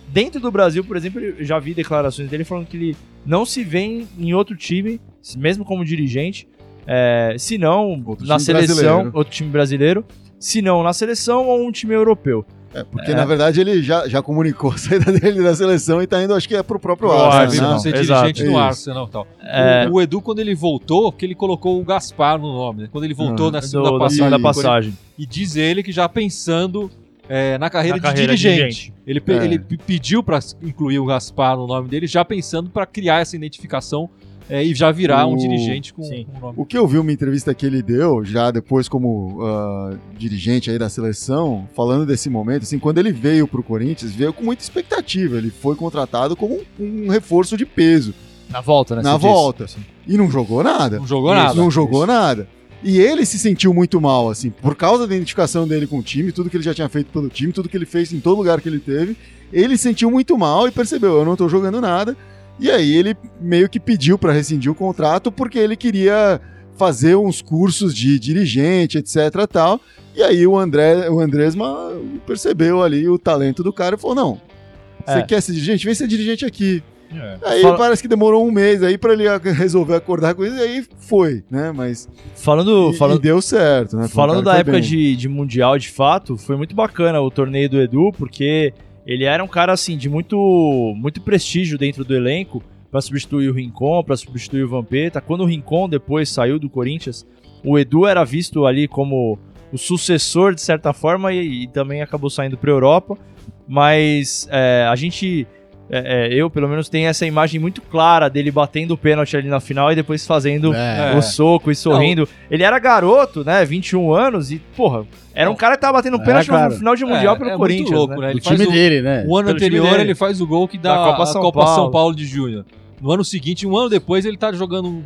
Speaker 4: Dentro do Brasil, por exemplo, eu já vi declarações dele falando que ele não se vê em, em outro time, mesmo como dirigente, é, se não
Speaker 2: Outro
Speaker 4: na
Speaker 2: time
Speaker 4: seleção,
Speaker 2: brasileiro.
Speaker 4: outro time brasileiro, se não na seleção ou um time europeu.
Speaker 2: É, porque, na verdade, ele já, já comunicou a saída dele da seleção e tá indo, acho que é pro próprio
Speaker 4: Pro
Speaker 1: Vai
Speaker 2: Arsenal.
Speaker 1: vir
Speaker 4: Arsenal.
Speaker 1: pra
Speaker 2: né?
Speaker 1: ser
Speaker 4: Exato, É.
Speaker 1: dirigente no
Speaker 2: isso.
Speaker 1: Arsenal e tal.
Speaker 2: É,
Speaker 1: O, o Edu, quando ele voltou, que ele colocou o Gaspar no nome, né? Quando ele voltou
Speaker 2: Ah,
Speaker 1: na
Speaker 4: Do-
Speaker 1: segunda
Speaker 4: É, da
Speaker 1: passagem.
Speaker 4: segunda
Speaker 1: do
Speaker 4: passagem.
Speaker 1: Corinthians, E diz ele que já pensando é, na carreira,
Speaker 4: Na carreira
Speaker 1: de
Speaker 4: de
Speaker 1: dirigente. Ele, pe-
Speaker 2: É.
Speaker 1: ele pe- pediu pra s- incluir o Gaspar no nome dele, já pensando pra criar essa identificação é, e já virar um
Speaker 2: O-
Speaker 1: dirigente com,
Speaker 4: Sim.
Speaker 1: com o nome.
Speaker 2: O que eu vi uma entrevista que ele deu, já depois como ah, dirigente aí da seleção, falando desse momento, assim, quando ele veio pro Corinthians, veio com muita expectativa. Ele foi contratado como um, um reforço de peso
Speaker 1: Na volta, né?
Speaker 2: na volta. E não jogou nada.
Speaker 1: Não jogou
Speaker 2: Isso,
Speaker 1: nada.
Speaker 2: Não jogou
Speaker 1: Isso.
Speaker 2: nada. E ele se sentiu muito mal, assim, por causa da identificação dele com o time, tudo que ele já tinha feito pelo time, tudo que ele fez em todo lugar que ele teve. Ele se sentiu muito mal e percebeu: eu não tô jogando nada. E aí ele meio que pediu para rescindir o contrato porque ele queria fazer uns cursos de dirigente, etc. tal. E aí o André, o Andresma percebeu ali o talento do cara e falou: não, você
Speaker 4: É.
Speaker 2: quer ser dirigente? Vem ser dirigente aqui.
Speaker 1: É.
Speaker 2: Aí
Speaker 4: Fala-
Speaker 2: parece que demorou um mês aí pra ele a- resolver acordar com isso, e aí foi, né? Mas
Speaker 4: Falando,
Speaker 2: e,
Speaker 4: falando
Speaker 2: e deu certo, né? Foi um cara
Speaker 4: Falando da
Speaker 2: que
Speaker 4: época
Speaker 2: foi bem.
Speaker 4: de, de Mundial, de fato, foi muito bacana o torneio do Edu, porque ele era um cara, assim, de muito, muito prestígio dentro do elenco, para substituir o Rincon, para substituir o Vampeta. Quando o Rincon depois saiu do Corinthians, o Edu era visto ali como o sucessor, de certa forma, e, e também acabou saindo para Europa. Mas é, a gente, é, é, eu pelo menos, tenho essa imagem muito clara dele batendo o pênalti ali na final e depois fazendo
Speaker 3: É.
Speaker 1: É.
Speaker 4: o soco e sorrindo. Ele era garoto, né? 21 anos e, porra, era um cara que tava batendo
Speaker 3: Era
Speaker 4: pênalti no
Speaker 3: claro.
Speaker 4: final de mundial
Speaker 1: É,
Speaker 4: pelo
Speaker 1: é
Speaker 4: Corinthians.
Speaker 1: Muito louco,
Speaker 4: né?
Speaker 1: né? Ele
Speaker 3: Do
Speaker 1: faz
Speaker 3: time
Speaker 1: o-
Speaker 3: dele, né?
Speaker 1: O ano
Speaker 4: Pelo time
Speaker 1: anterior
Speaker 4: dele.
Speaker 1: ele faz o gol que dá
Speaker 4: Da
Speaker 1: a
Speaker 4: Copa
Speaker 1: Copa, São,
Speaker 4: São
Speaker 1: Paulo.
Speaker 4: Paulo.
Speaker 1: de Júnior. No ano seguinte, um ano depois, ele tá jogando, um-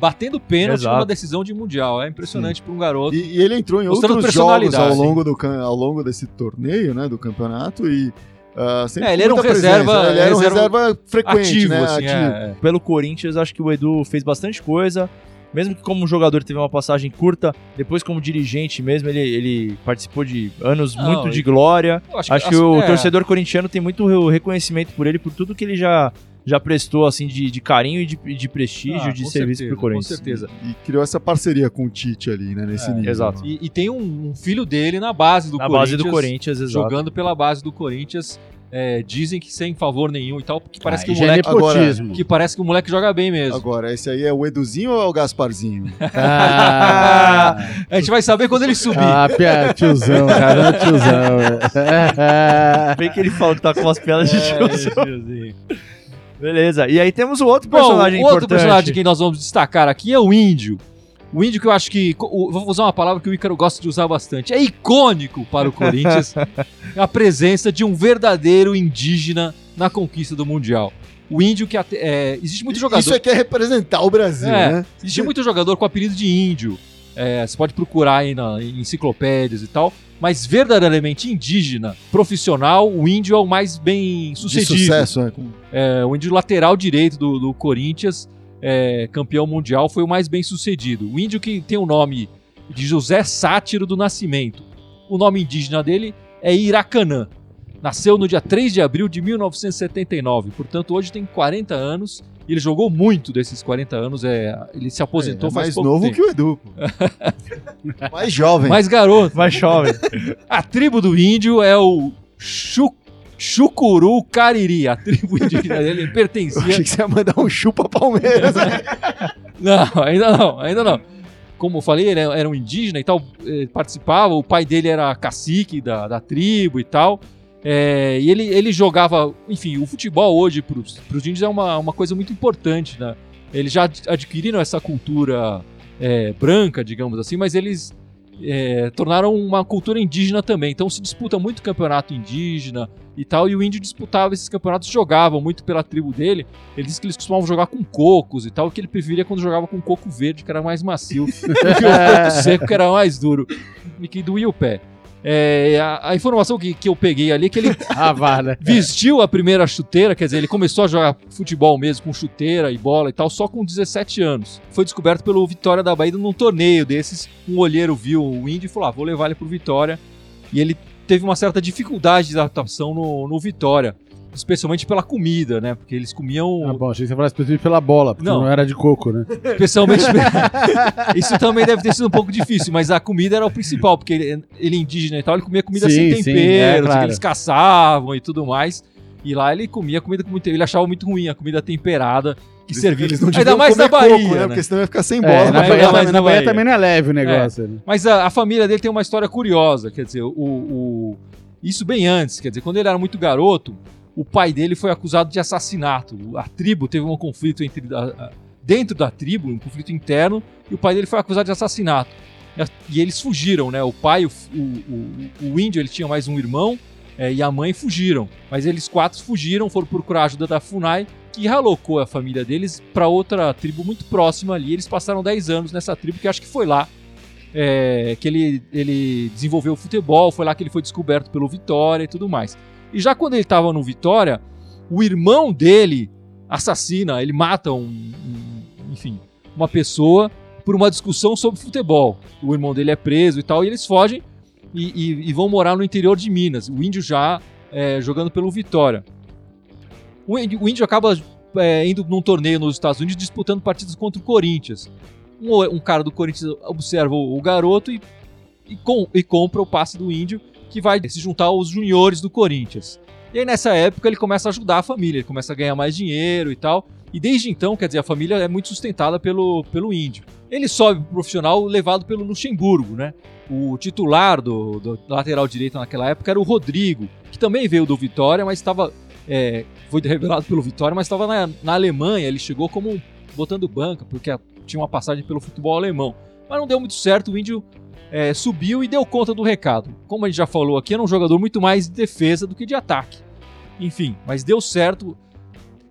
Speaker 1: batendo pênalti
Speaker 4: Exato.
Speaker 1: numa decisão de Mundial. É impressionante pra um garoto.
Speaker 2: E, e ele entrou em
Speaker 1: Mostrando
Speaker 2: outros jogos
Speaker 1: personalidade,
Speaker 2: ao longo, do, can- ao longo desse torneio, né? Do campeonato e. ah, sempre
Speaker 1: É, ele
Speaker 2: com
Speaker 1: era um
Speaker 2: muita
Speaker 1: reserva-
Speaker 2: né? Ele era um
Speaker 1: reserva
Speaker 2: reserva frequente,
Speaker 1: ativo,
Speaker 2: né?
Speaker 1: assim,
Speaker 2: ativo.
Speaker 1: é, é.
Speaker 4: Pelo Corinthians, acho que o Edu fez bastante coisa. Mesmo que como jogador teve uma passagem curta, depois como dirigente mesmo, ele, ele participou de anos
Speaker 1: Não,
Speaker 4: muito
Speaker 1: ele-
Speaker 4: de glória.
Speaker 1: Eu
Speaker 4: Acho, que o
Speaker 1: é,
Speaker 4: torcedor corintiano tem muito re- reconhecimento por ele, por tudo que ele já, já prestou, assim, de, de carinho e de, e de prestígio,
Speaker 1: Ah,
Speaker 4: de
Speaker 1: com
Speaker 4: serviço
Speaker 1: certeza,
Speaker 4: pro Corinthians.
Speaker 1: Com certeza.
Speaker 2: E criou essa parceria com o Tite ali, né? Nesse
Speaker 1: É,
Speaker 2: nível.
Speaker 4: exato.
Speaker 1: E, e tem um, um filho dele na base do
Speaker 4: Na
Speaker 1: Corinthians.
Speaker 4: base do Corinthians, exato.
Speaker 1: Jogando pela base do Corinthians. É, dizem que sem favor nenhum e tal, porque parece
Speaker 4: Ah,
Speaker 3: Aí
Speaker 1: que o
Speaker 3: já é
Speaker 1: moleque.
Speaker 2: agora-
Speaker 3: nepotismo.
Speaker 1: Que parece que o moleque joga bem mesmo.
Speaker 2: Agora, esse aí é o Eduzinho ou é o Gasparzinho?
Speaker 3: Ah,
Speaker 1: A gente vai saber quando ele subir.
Speaker 3: ah, pia- tiozão, cara, tiozão. velho.
Speaker 4: Bem que ele falou que tá com as piadas de
Speaker 1: É,
Speaker 4: tiozão. Beleza. E aí temos o
Speaker 2: Um
Speaker 4: outro
Speaker 1: Bom,
Speaker 4: personagem
Speaker 1: o outro
Speaker 4: importante.
Speaker 1: personagem que nós vamos destacar aqui é o índio. O índio que eu acho que. o- vou usar uma palavra que o Ícaro gosta de usar bastante. É icônico para o Corinthians a presença de um verdadeiro indígena na conquista do Mundial. O índio que. até- é, existe muito jogador.
Speaker 2: Isso aqui é representar o Brasil,
Speaker 1: É.
Speaker 2: né?
Speaker 1: Existe muito jogador com apelido de índio. É, você pode procurar aí na, em enciclopédias e tal. Mas verdadeiramente indígena, profissional, o índio é o mais bem
Speaker 2: De
Speaker 1: sucedido.
Speaker 2: sucesso, né? com-
Speaker 1: É, o índio lateral direito do, do Corinthians, é, campeão mundial, foi o mais bem sucedido. O índio que tem o nome de José Sátiro do Nascimento. O nome indígena dele é Iracanã. Nasceu no dia 3 de abril de 1979, portanto hoje tem 40 anos e ele jogou muito desses 40 anos. É, ele se aposentou
Speaker 2: é,
Speaker 1: faz
Speaker 2: mais
Speaker 1: pouco
Speaker 2: novo
Speaker 1: tempo.
Speaker 2: que o Edu. pô. mais jovem.
Speaker 1: Mas garoto,
Speaker 4: Mais jovem.
Speaker 1: a tribo do índio é o Chu- Chucuru Cariri. A tribo indígena dele
Speaker 2: Eu
Speaker 1: pertencia
Speaker 2: achei que você ia mandar um chupa Palmeiras.
Speaker 1: Não, ainda não, ainda não. Como eu falei, ele era um indígena e tal, eh, participava, o pai dele era cacique da, da tribo e tal. eh, e ele, ele jogava, enfim, o futebol hoje para os índios é uma, uma coisa muito importante, né? Eles já ad- adquiriram essa cultura eh, branca, digamos assim, mas eles eh, tornaram uma cultura indígena também. Então se disputa muito campeonato indígena e tal, e o índio disputava esses campeonatos, jogava muito pela tribo dele. Ele disse que eles costumavam jogar com cocos e tal, que ele preferia quando jogava com coco verde, que era mais macio, do que o coco seco, que era mais duro, e que doía o pé. É, a, a informação que, que eu peguei ali é que ele
Speaker 3: Ah, vá, né?
Speaker 1: vestiu a primeira chuteira, quer dizer, ele começou a jogar futebol mesmo com chuteira e bola e tal, só com 17 anos. Foi descoberto pelo Vitória da Bahia num torneio desses. Um olheiro viu o índio e falou: ah, vou levar ele pro Vitória. E ele teve uma certa dificuldade de adaptação no, no Vitória. especialmente pela comida, né? Porque eles
Speaker 3: Ah,
Speaker 1: comiam.
Speaker 3: bom, achei que você falava especificamente pela bola, porque
Speaker 1: Não.
Speaker 3: não, era de coco, né?
Speaker 1: Especialmente. Isso também deve ter sido um pouco difícil, mas a comida era o principal, porque ele, ele indígena e tal, ele comia comida sem
Speaker 3: Sim,
Speaker 1: temperos,
Speaker 3: sim, é, claro.
Speaker 1: que eles caçavam e tudo mais. E lá ele comia comida com muito. Ele achava muito ruim a comida temperada que servia.
Speaker 2: Eles não
Speaker 1: Ainda
Speaker 2: deviam
Speaker 1: mais na
Speaker 2: comer
Speaker 1: Bahia.
Speaker 2: coco,
Speaker 1: né?
Speaker 2: Porque senão ia ficar sem
Speaker 3: É,
Speaker 2: bola.
Speaker 3: na
Speaker 1: mas-
Speaker 3: Bahia,
Speaker 1: mas
Speaker 3: também-
Speaker 1: na
Speaker 3: na Bahia
Speaker 1: Bahia.
Speaker 3: também não é leve o negócio. né?
Speaker 1: Uhum. Mas a, a família dele tem uma história curiosa, quer dizer, o, o- isso bem antes, quer dizer, quando ele era muito garoto, o pai dele foi acusado de assassinato. A tribo teve um conflito entre a- a- dentro da tribo, um conflito interno, e o pai dele foi acusado de assassinato. E a- E eles fugiram, né? O pai, o, f- o, o- o índio, ele tinha mais um irmão eh, e a mãe fugiram. Mas eles quatro fugiram, foram procurar a ajuda da Funai, que realocou a família deles para outra tribo muito próxima ali. Eles passaram 10 anos nessa tribo, que acho que foi lá é, que ele, ele desenvolveu o futebol, foi lá que ele foi descoberto pelo Vitória e tudo mais. E já quando ele estava no Vitória, o irmão dele assassina, ele mata um, um- enfim, uma pessoa por uma discussão sobre futebol. O irmão dele é preso e tal, e eles fogem e, e- e vão morar no interior de Minas. O índio já é, jogando pelo Vitória. O índio, o índio acaba é, indo num torneio nos Estados Unidos disputando partidas contra o Corinthians um, um cara do Corinthians observa o, o garoto e, e, com- e compra o passe do índio que vai se juntar aos juniores do Corinthians. E aí nessa época ele começa a ajudar a família, ele começa a ganhar mais dinheiro e tal. E desde então, quer dizer, a família é muito sustentada pelo, pelo índio. Ele sobe pro profissional levado pelo Luxemburgo, né? O titular do, do lateral direito naquela época era o Rodrigo, que também veio do Vitória, mas estava. é, foi revelado pelo Vitória, mas estava na, na Alemanha. Ele chegou como um- botando banca, porque a tinha uma passagem pelo futebol alemão. Mas não deu muito certo, o Índio eh, subiu e deu conta do recado. Como a gente já falou aqui, era um jogador muito mais de defesa do que de ataque. Enfim, mas deu certo,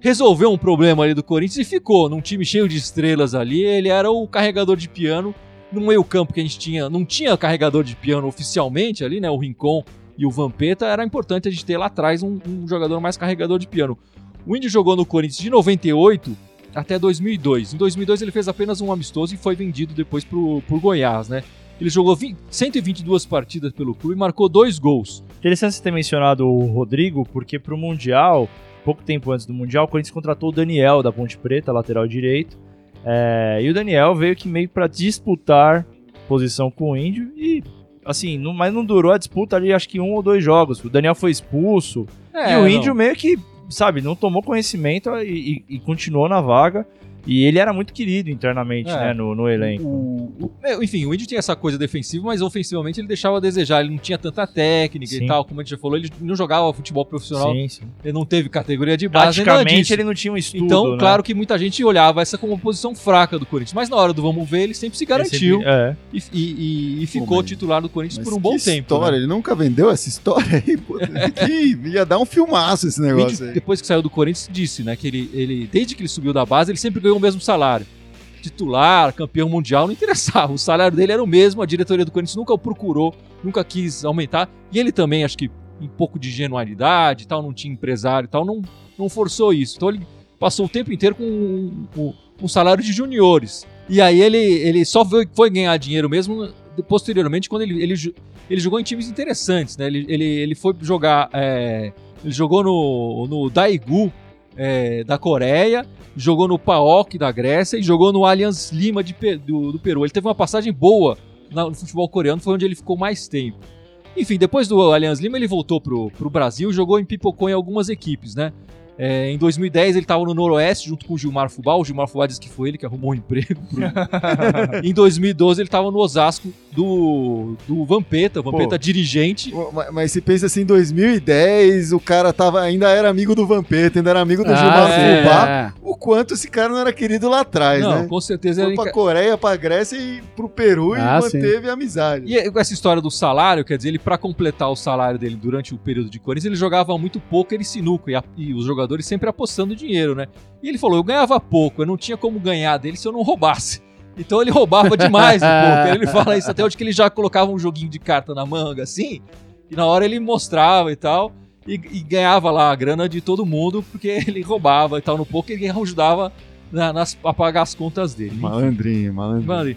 Speaker 1: resolveu um problema ali do Corinthians e ficou num time cheio de estrelas ali. Ele era o carregador de piano num meio campo que a gente tinha, não tinha carregador de piano oficialmente ali, né? O Rincon e o Vampeta, era importante a gente ter lá atrás um, um jogador mais carregador de piano. O Índio jogou no Corinthians de 98 até 2002. Em 2002 ele fez apenas um amistoso e foi vendido depois pro, pro Goiás, né? Ele jogou 20 122 partidas pelo clube e marcou dois gols.
Speaker 4: Interessante você ter mencionado o Rodrigo, porque pro Mundial, pouco tempo antes do Mundial, o Corinthians contratou o Daniel da Ponte Preta, lateral direito. É, e o Daniel veio que meio pra disputar posição com o Índio e, assim, não- mas não durou a disputa ali, acho que um ou dois jogos. O Daniel foi expulso
Speaker 3: É,
Speaker 4: e o Índio meio que, sabe, não tomou conhecimento e, e- e continuou na vaga. E ele era muito querido internamente,
Speaker 1: É.
Speaker 4: né, no, no elenco.
Speaker 1: O- o- é, enfim, o Índio tinha essa coisa defensiva, mas ofensivamente ele deixava a desejar. Ele não tinha tanta técnica
Speaker 4: Sim.
Speaker 1: e tal, como a gente já falou. Ele não jogava futebol profissional,
Speaker 4: Sim, sim.
Speaker 1: ele não teve categoria de base. nem nada
Speaker 4: Praticamente
Speaker 1: disso.
Speaker 4: ele não tinha um estudo,
Speaker 1: Então,
Speaker 4: né?
Speaker 1: claro que muita gente olhava essa como uma posição fraca do Corinthians. Mas na hora do vamos ver, ele sempre se garantiu
Speaker 4: Ele sempre- é.
Speaker 1: e- e, e- e ficou
Speaker 2: Pô, mas-
Speaker 1: titular do Corinthians
Speaker 2: Mas
Speaker 1: por um bom
Speaker 2: que
Speaker 1: tempo. né?
Speaker 2: História, ele nunca vendeu essa história aí, pô. Que ia dar um filmaço esse
Speaker 1: O Índio,
Speaker 2: negócio aí.
Speaker 1: depois que saiu do Corinthians, disse, né, que ele, ele, desde que ele subiu da base, ele sempre ganhou o mesmo salário. Titular, campeão mundial, não interessava. O salário dele era o mesmo, a diretoria do Corinthians nunca o procurou, nunca quis aumentar. E ele também, acho que um pouco de ingenuidade e tal, não tinha empresário e tal, não, não forçou isso. Então ele passou o tempo inteiro com um, um- um salário de juniores. E aí ele, ele só foi, foi ganhar dinheiro mesmo posteriormente, quando ele, ele, jo- ele jogou em times interessantes, né? Ele, ele, ele foi jogar. é, ele jogou no, no Daegu é, da Coreia, jogou no PAOK da Grécia e jogou no Allianz Lima de Pe- do, do Peru. Ele teve uma passagem boa na- no futebol coreano, foi onde ele ficou mais tempo. Enfim, depois do Allianz Lima, ele voltou pro, pro Brasil e jogou em Pipocó em algumas equipes, né? É, em 2010 ele estava no Noroeste junto com o Gilmar Fubá. O Gilmar Fubá disse que foi ele que arrumou um emprego. pro- em 2012 ele estava no Osasco do, do Vampeta, o Vampeta dirigente.
Speaker 2: Pô, ma- Mas se pensa assim, em 2010, o cara tava, ainda era amigo do Vampeta, ainda era amigo do Gilmar
Speaker 1: é.
Speaker 2: Fubá.
Speaker 3: Ah,
Speaker 2: O quanto esse cara não era querido lá atrás,
Speaker 1: Não,
Speaker 2: né?
Speaker 1: com certeza ele
Speaker 2: Foi pra Coreia, pra Grécia e pro Peru
Speaker 3: Ah,
Speaker 2: e manteve a amizade.
Speaker 1: E é, com essa história do salário, quer dizer, ele para completar o salário dele durante o período de Corinthians, ele jogava muito pouco, ele sinuca, e, a- e os jogadores sempre apostando dinheiro, né? E ele falou, eu ganhava pouco, eu não tinha como ganhar dele se eu não roubasse. Então ele roubava demais do pouco. Ele fala isso até onde que ele já colocava um joguinho de carta na manga, assim, e na hora ele mostrava e tal, e, e ganhava lá a grana de todo mundo, porque ele roubava e tal no pouco, e ele ajudava na- nas, a pagar as contas dele.
Speaker 2: Malandrinho, malandrinho.
Speaker 1: Mano,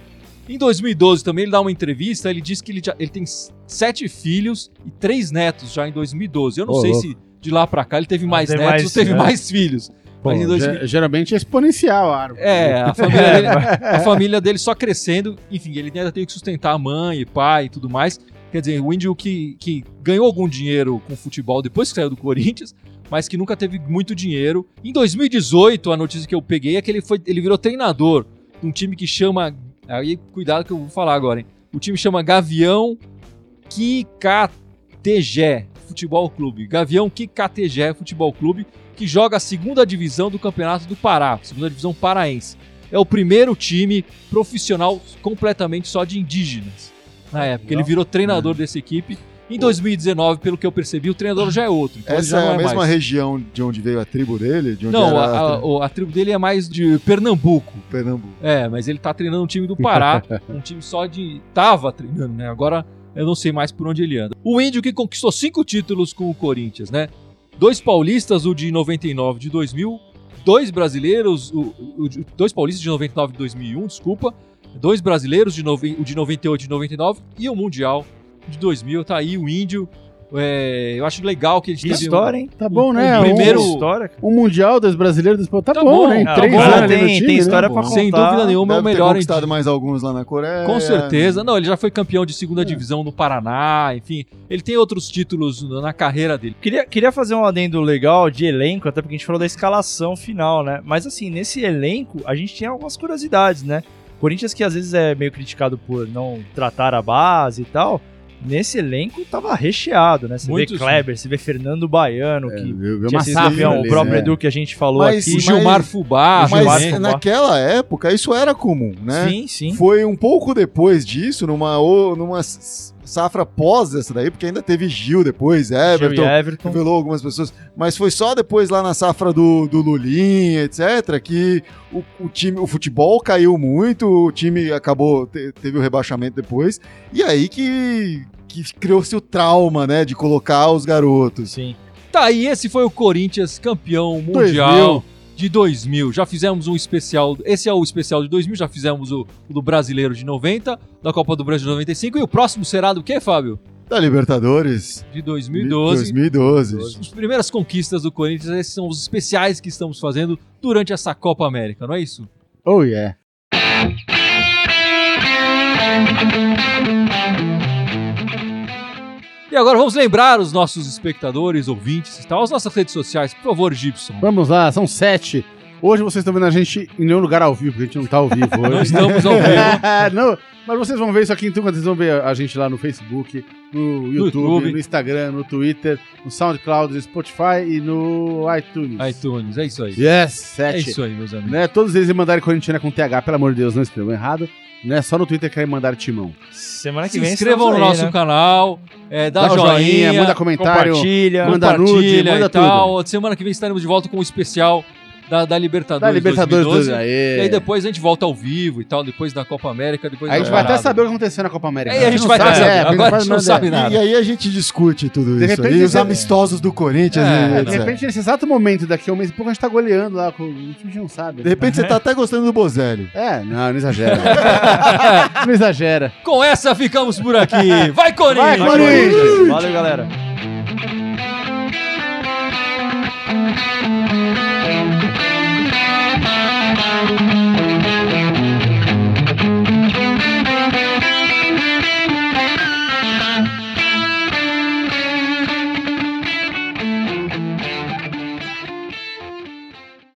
Speaker 1: em 2012 também ele dá uma entrevista, ele diz que ele, já, ele tem s- sete filhos e três netos já em 2012. Eu não
Speaker 3: Ô,
Speaker 1: sei
Speaker 3: louco.
Speaker 1: se de lá pra cá ele teve mais
Speaker 5: Tem
Speaker 1: netos,
Speaker 5: mais,
Speaker 1: teve
Speaker 5: é.
Speaker 1: mais filhos.
Speaker 5: Pô,
Speaker 1: mas em dois mil-
Speaker 3: Ge- Geralmente é exponencial a árvore.
Speaker 1: É, a família, dele, a família dele só crescendo. Enfim, ele ainda teve que sustentar a mãe e pai e tudo mais. Quer dizer, o índio que, que ganhou algum dinheiro com futebol depois que saiu do Corinthians, mas que nunca teve muito dinheiro. Em 2018, a notícia que eu peguei é que ele, foi, ele virou treinador de um time que chama. Aí, cuidado que eu vou falar agora, hein? O time chama Gavião Kikategé Futebol Clube. Gavião Kikategé Futebol Clube, que joga a segunda divisão do Campeonato do Pará, segunda divisão paraense. É o primeiro time profissional completamente só de indígenas na época. Ele
Speaker 5: Legal.
Speaker 1: virou treinador
Speaker 2: É.
Speaker 1: dessa equipe. Em 2019, pelo que eu percebi, o treinador já é outro. então ele
Speaker 2: Ah. Essa
Speaker 1: já
Speaker 2: é
Speaker 1: não
Speaker 2: a mesma
Speaker 1: mais.
Speaker 2: região de onde veio a tribo dele? De onde
Speaker 1: Não,
Speaker 2: era
Speaker 1: a, a- o- a tribo dele é mais de Pernambuco.
Speaker 2: Pernambuco.
Speaker 1: É, mas ele tá treinando um time do Pará, um time só de. Tava treinando, né? Agora eu não sei mais por onde ele anda. O índio que conquistou cinco títulos com o Corinthians, né? Dois paulistas, o de 99 de 2000, dois brasileiros, o, o de- dois paulistas de 99 de 2001, desculpa, dois brasileiros, de nove- o de 98 e de 99 e o Mundial de 2000. Tá aí o índio. É, eu acho legal que ele
Speaker 4: Que
Speaker 1: teve um-
Speaker 4: história, hein?
Speaker 3: Tá bom,
Speaker 4: É,
Speaker 3: né?
Speaker 1: O primeiro-
Speaker 3: Um,
Speaker 4: história.
Speaker 3: um mundial dos brasileiros dos Tá,
Speaker 1: Tá
Speaker 3: bom,
Speaker 1: bom,
Speaker 3: né? Em
Speaker 1: tá
Speaker 3: Três
Speaker 1: bom,
Speaker 3: anos ali
Speaker 4: tem-
Speaker 3: no time,
Speaker 4: tem
Speaker 3: né?
Speaker 4: história
Speaker 3: Tá
Speaker 4: pra
Speaker 3: bom.
Speaker 1: Sem
Speaker 4: contar.
Speaker 1: dúvida nenhuma, é o
Speaker 2: Deve ter
Speaker 1: melhor
Speaker 2: conquistado
Speaker 1: indígena.
Speaker 2: mais alguns lá na Coreia.
Speaker 1: Com certeza. Não, ele já foi campeão de segunda divisão no Paraná, enfim. Ele tem outros títulos na na carreira dele.
Speaker 4: Queria, queria fazer um adendo legal de elenco, até porque a gente falou da escalação final, né? Mas assim, nesse elenco, a gente tinha algumas curiosidades, né? Corinthians, que às vezes é meio criticado por não tratar a base e tal, nesse elenco tava recheado, né? Você
Speaker 1: Muitos,
Speaker 4: vê Kleber, você vê Fernando Baiano,
Speaker 3: É,
Speaker 4: que
Speaker 3: viu- viu
Speaker 4: tinha
Speaker 3: uma
Speaker 4: sido
Speaker 3: safra
Speaker 4: campeão,
Speaker 3: ali,
Speaker 4: o próprio
Speaker 3: né?
Speaker 4: Edu que a gente falou
Speaker 2: Mas-
Speaker 1: O
Speaker 4: aqui.
Speaker 1: Gilmar Fubá,
Speaker 4: o Gilmar
Speaker 1: né?
Speaker 2: Mas
Speaker 4: Fubá.
Speaker 2: naquela época isso era comum, né?
Speaker 4: Sim, sim.
Speaker 2: Foi um pouco depois disso, numa, o- numa s- safra pós essa daí, porque ainda teve Gil depois,
Speaker 4: Gil e
Speaker 2: Everton,
Speaker 4: Everton.
Speaker 2: revelou algumas pessoas, mas foi só depois lá na safra do, do Lulinha, etc, que o, o time, o futebol caiu muito, o time acabou, te- teve o rebaixamento depois, e aí que, que criou-se o trauma, né, de colocar os garotos.
Speaker 4: Sim.
Speaker 1: Tá aí, esse foi o Corinthians campeão mundial de 2000. Já fizemos um especial, esse é o especial de 2000, já fizemos o, o do Brasileiro de 90, da Copa do Brasil de 95 e o próximo será do quê, Fábio?
Speaker 2: Da Libertadores.
Speaker 1: De 2012.
Speaker 2: 2012.
Speaker 1: As primeiras conquistas do Corinthians, esses são os especiais que estamos fazendo durante essa Copa América, não é isso?
Speaker 3: Oh, yeah.
Speaker 1: E agora vamos lembrar os nossos espectadores, ouvintes e tal, as nossas redes sociais, por favor, Gibson.
Speaker 3: Vamos lá, são sete. Hoje vocês estão vendo a gente em nenhum lugar ao vivo, porque a gente não tá ao vivo hoje.
Speaker 1: Não estamos ao vivo.
Speaker 3: É, não, mas vocês vão ver isso aqui então, quando vocês vão ver a gente lá no Facebook, no YouTube,
Speaker 1: YouTube.
Speaker 3: no Instagram, no Twitter, no SoundCloud, no Spotify e no iTunes.
Speaker 1: iTunes, é isso aí.
Speaker 3: Yes,
Speaker 1: É
Speaker 3: sete.
Speaker 1: isso aí, meus amigos.
Speaker 3: né, todos eles mandaram corintiana com TH, pelo amor de Deus, não escrevam errado. Né, só no Twitter querem mandar timão.
Speaker 4: Semana que
Speaker 1: Se
Speaker 3: é
Speaker 4: vem
Speaker 1: inscrevam no
Speaker 4: estamos aí,
Speaker 1: nosso
Speaker 4: né?
Speaker 1: canal, é, dá, joinha,
Speaker 3: um manda comentário.
Speaker 4: Compartilha.
Speaker 3: manda nude, manda
Speaker 1: e tal. Semana que vem estaremos de volta com o especial da, da Libertadores.
Speaker 3: Da Libertadores
Speaker 1: 2012.
Speaker 3: do...
Speaker 1: E
Speaker 3: Aê.
Speaker 1: aí depois a gente volta ao vivo e tal, depois da Copa América, depois
Speaker 3: Aí É. a
Speaker 1: da
Speaker 3: gente vai até
Speaker 1: parada.
Speaker 3: saber o que aconteceu na Copa América.
Speaker 1: Aí a gente
Speaker 3: não
Speaker 1: vai até
Speaker 3: sabe,
Speaker 1: saber.
Speaker 3: é, porque
Speaker 1: Agora a
Speaker 3: faz
Speaker 1: gente não
Speaker 3: nada.
Speaker 1: sabe nada.
Speaker 2: E, aí a gente discute tudo
Speaker 3: De
Speaker 2: isso.
Speaker 3: repente
Speaker 2: e os
Speaker 3: você-
Speaker 2: amistosos do Corinthians.
Speaker 1: É,
Speaker 2: né,
Speaker 1: não.
Speaker 3: De
Speaker 2: etc.
Speaker 3: repente, nesse exato momento, daqui a um mês e pouco, a gente tá goleando lá. Com... A gente não sabe. né?
Speaker 2: De repente você tá até gostando do Bozelli.
Speaker 3: É, não, não exagera. não exagera.
Speaker 1: Com essa ficamos por aqui. Vai, Corinthians!
Speaker 3: Corinthians!
Speaker 4: Valeu, galera.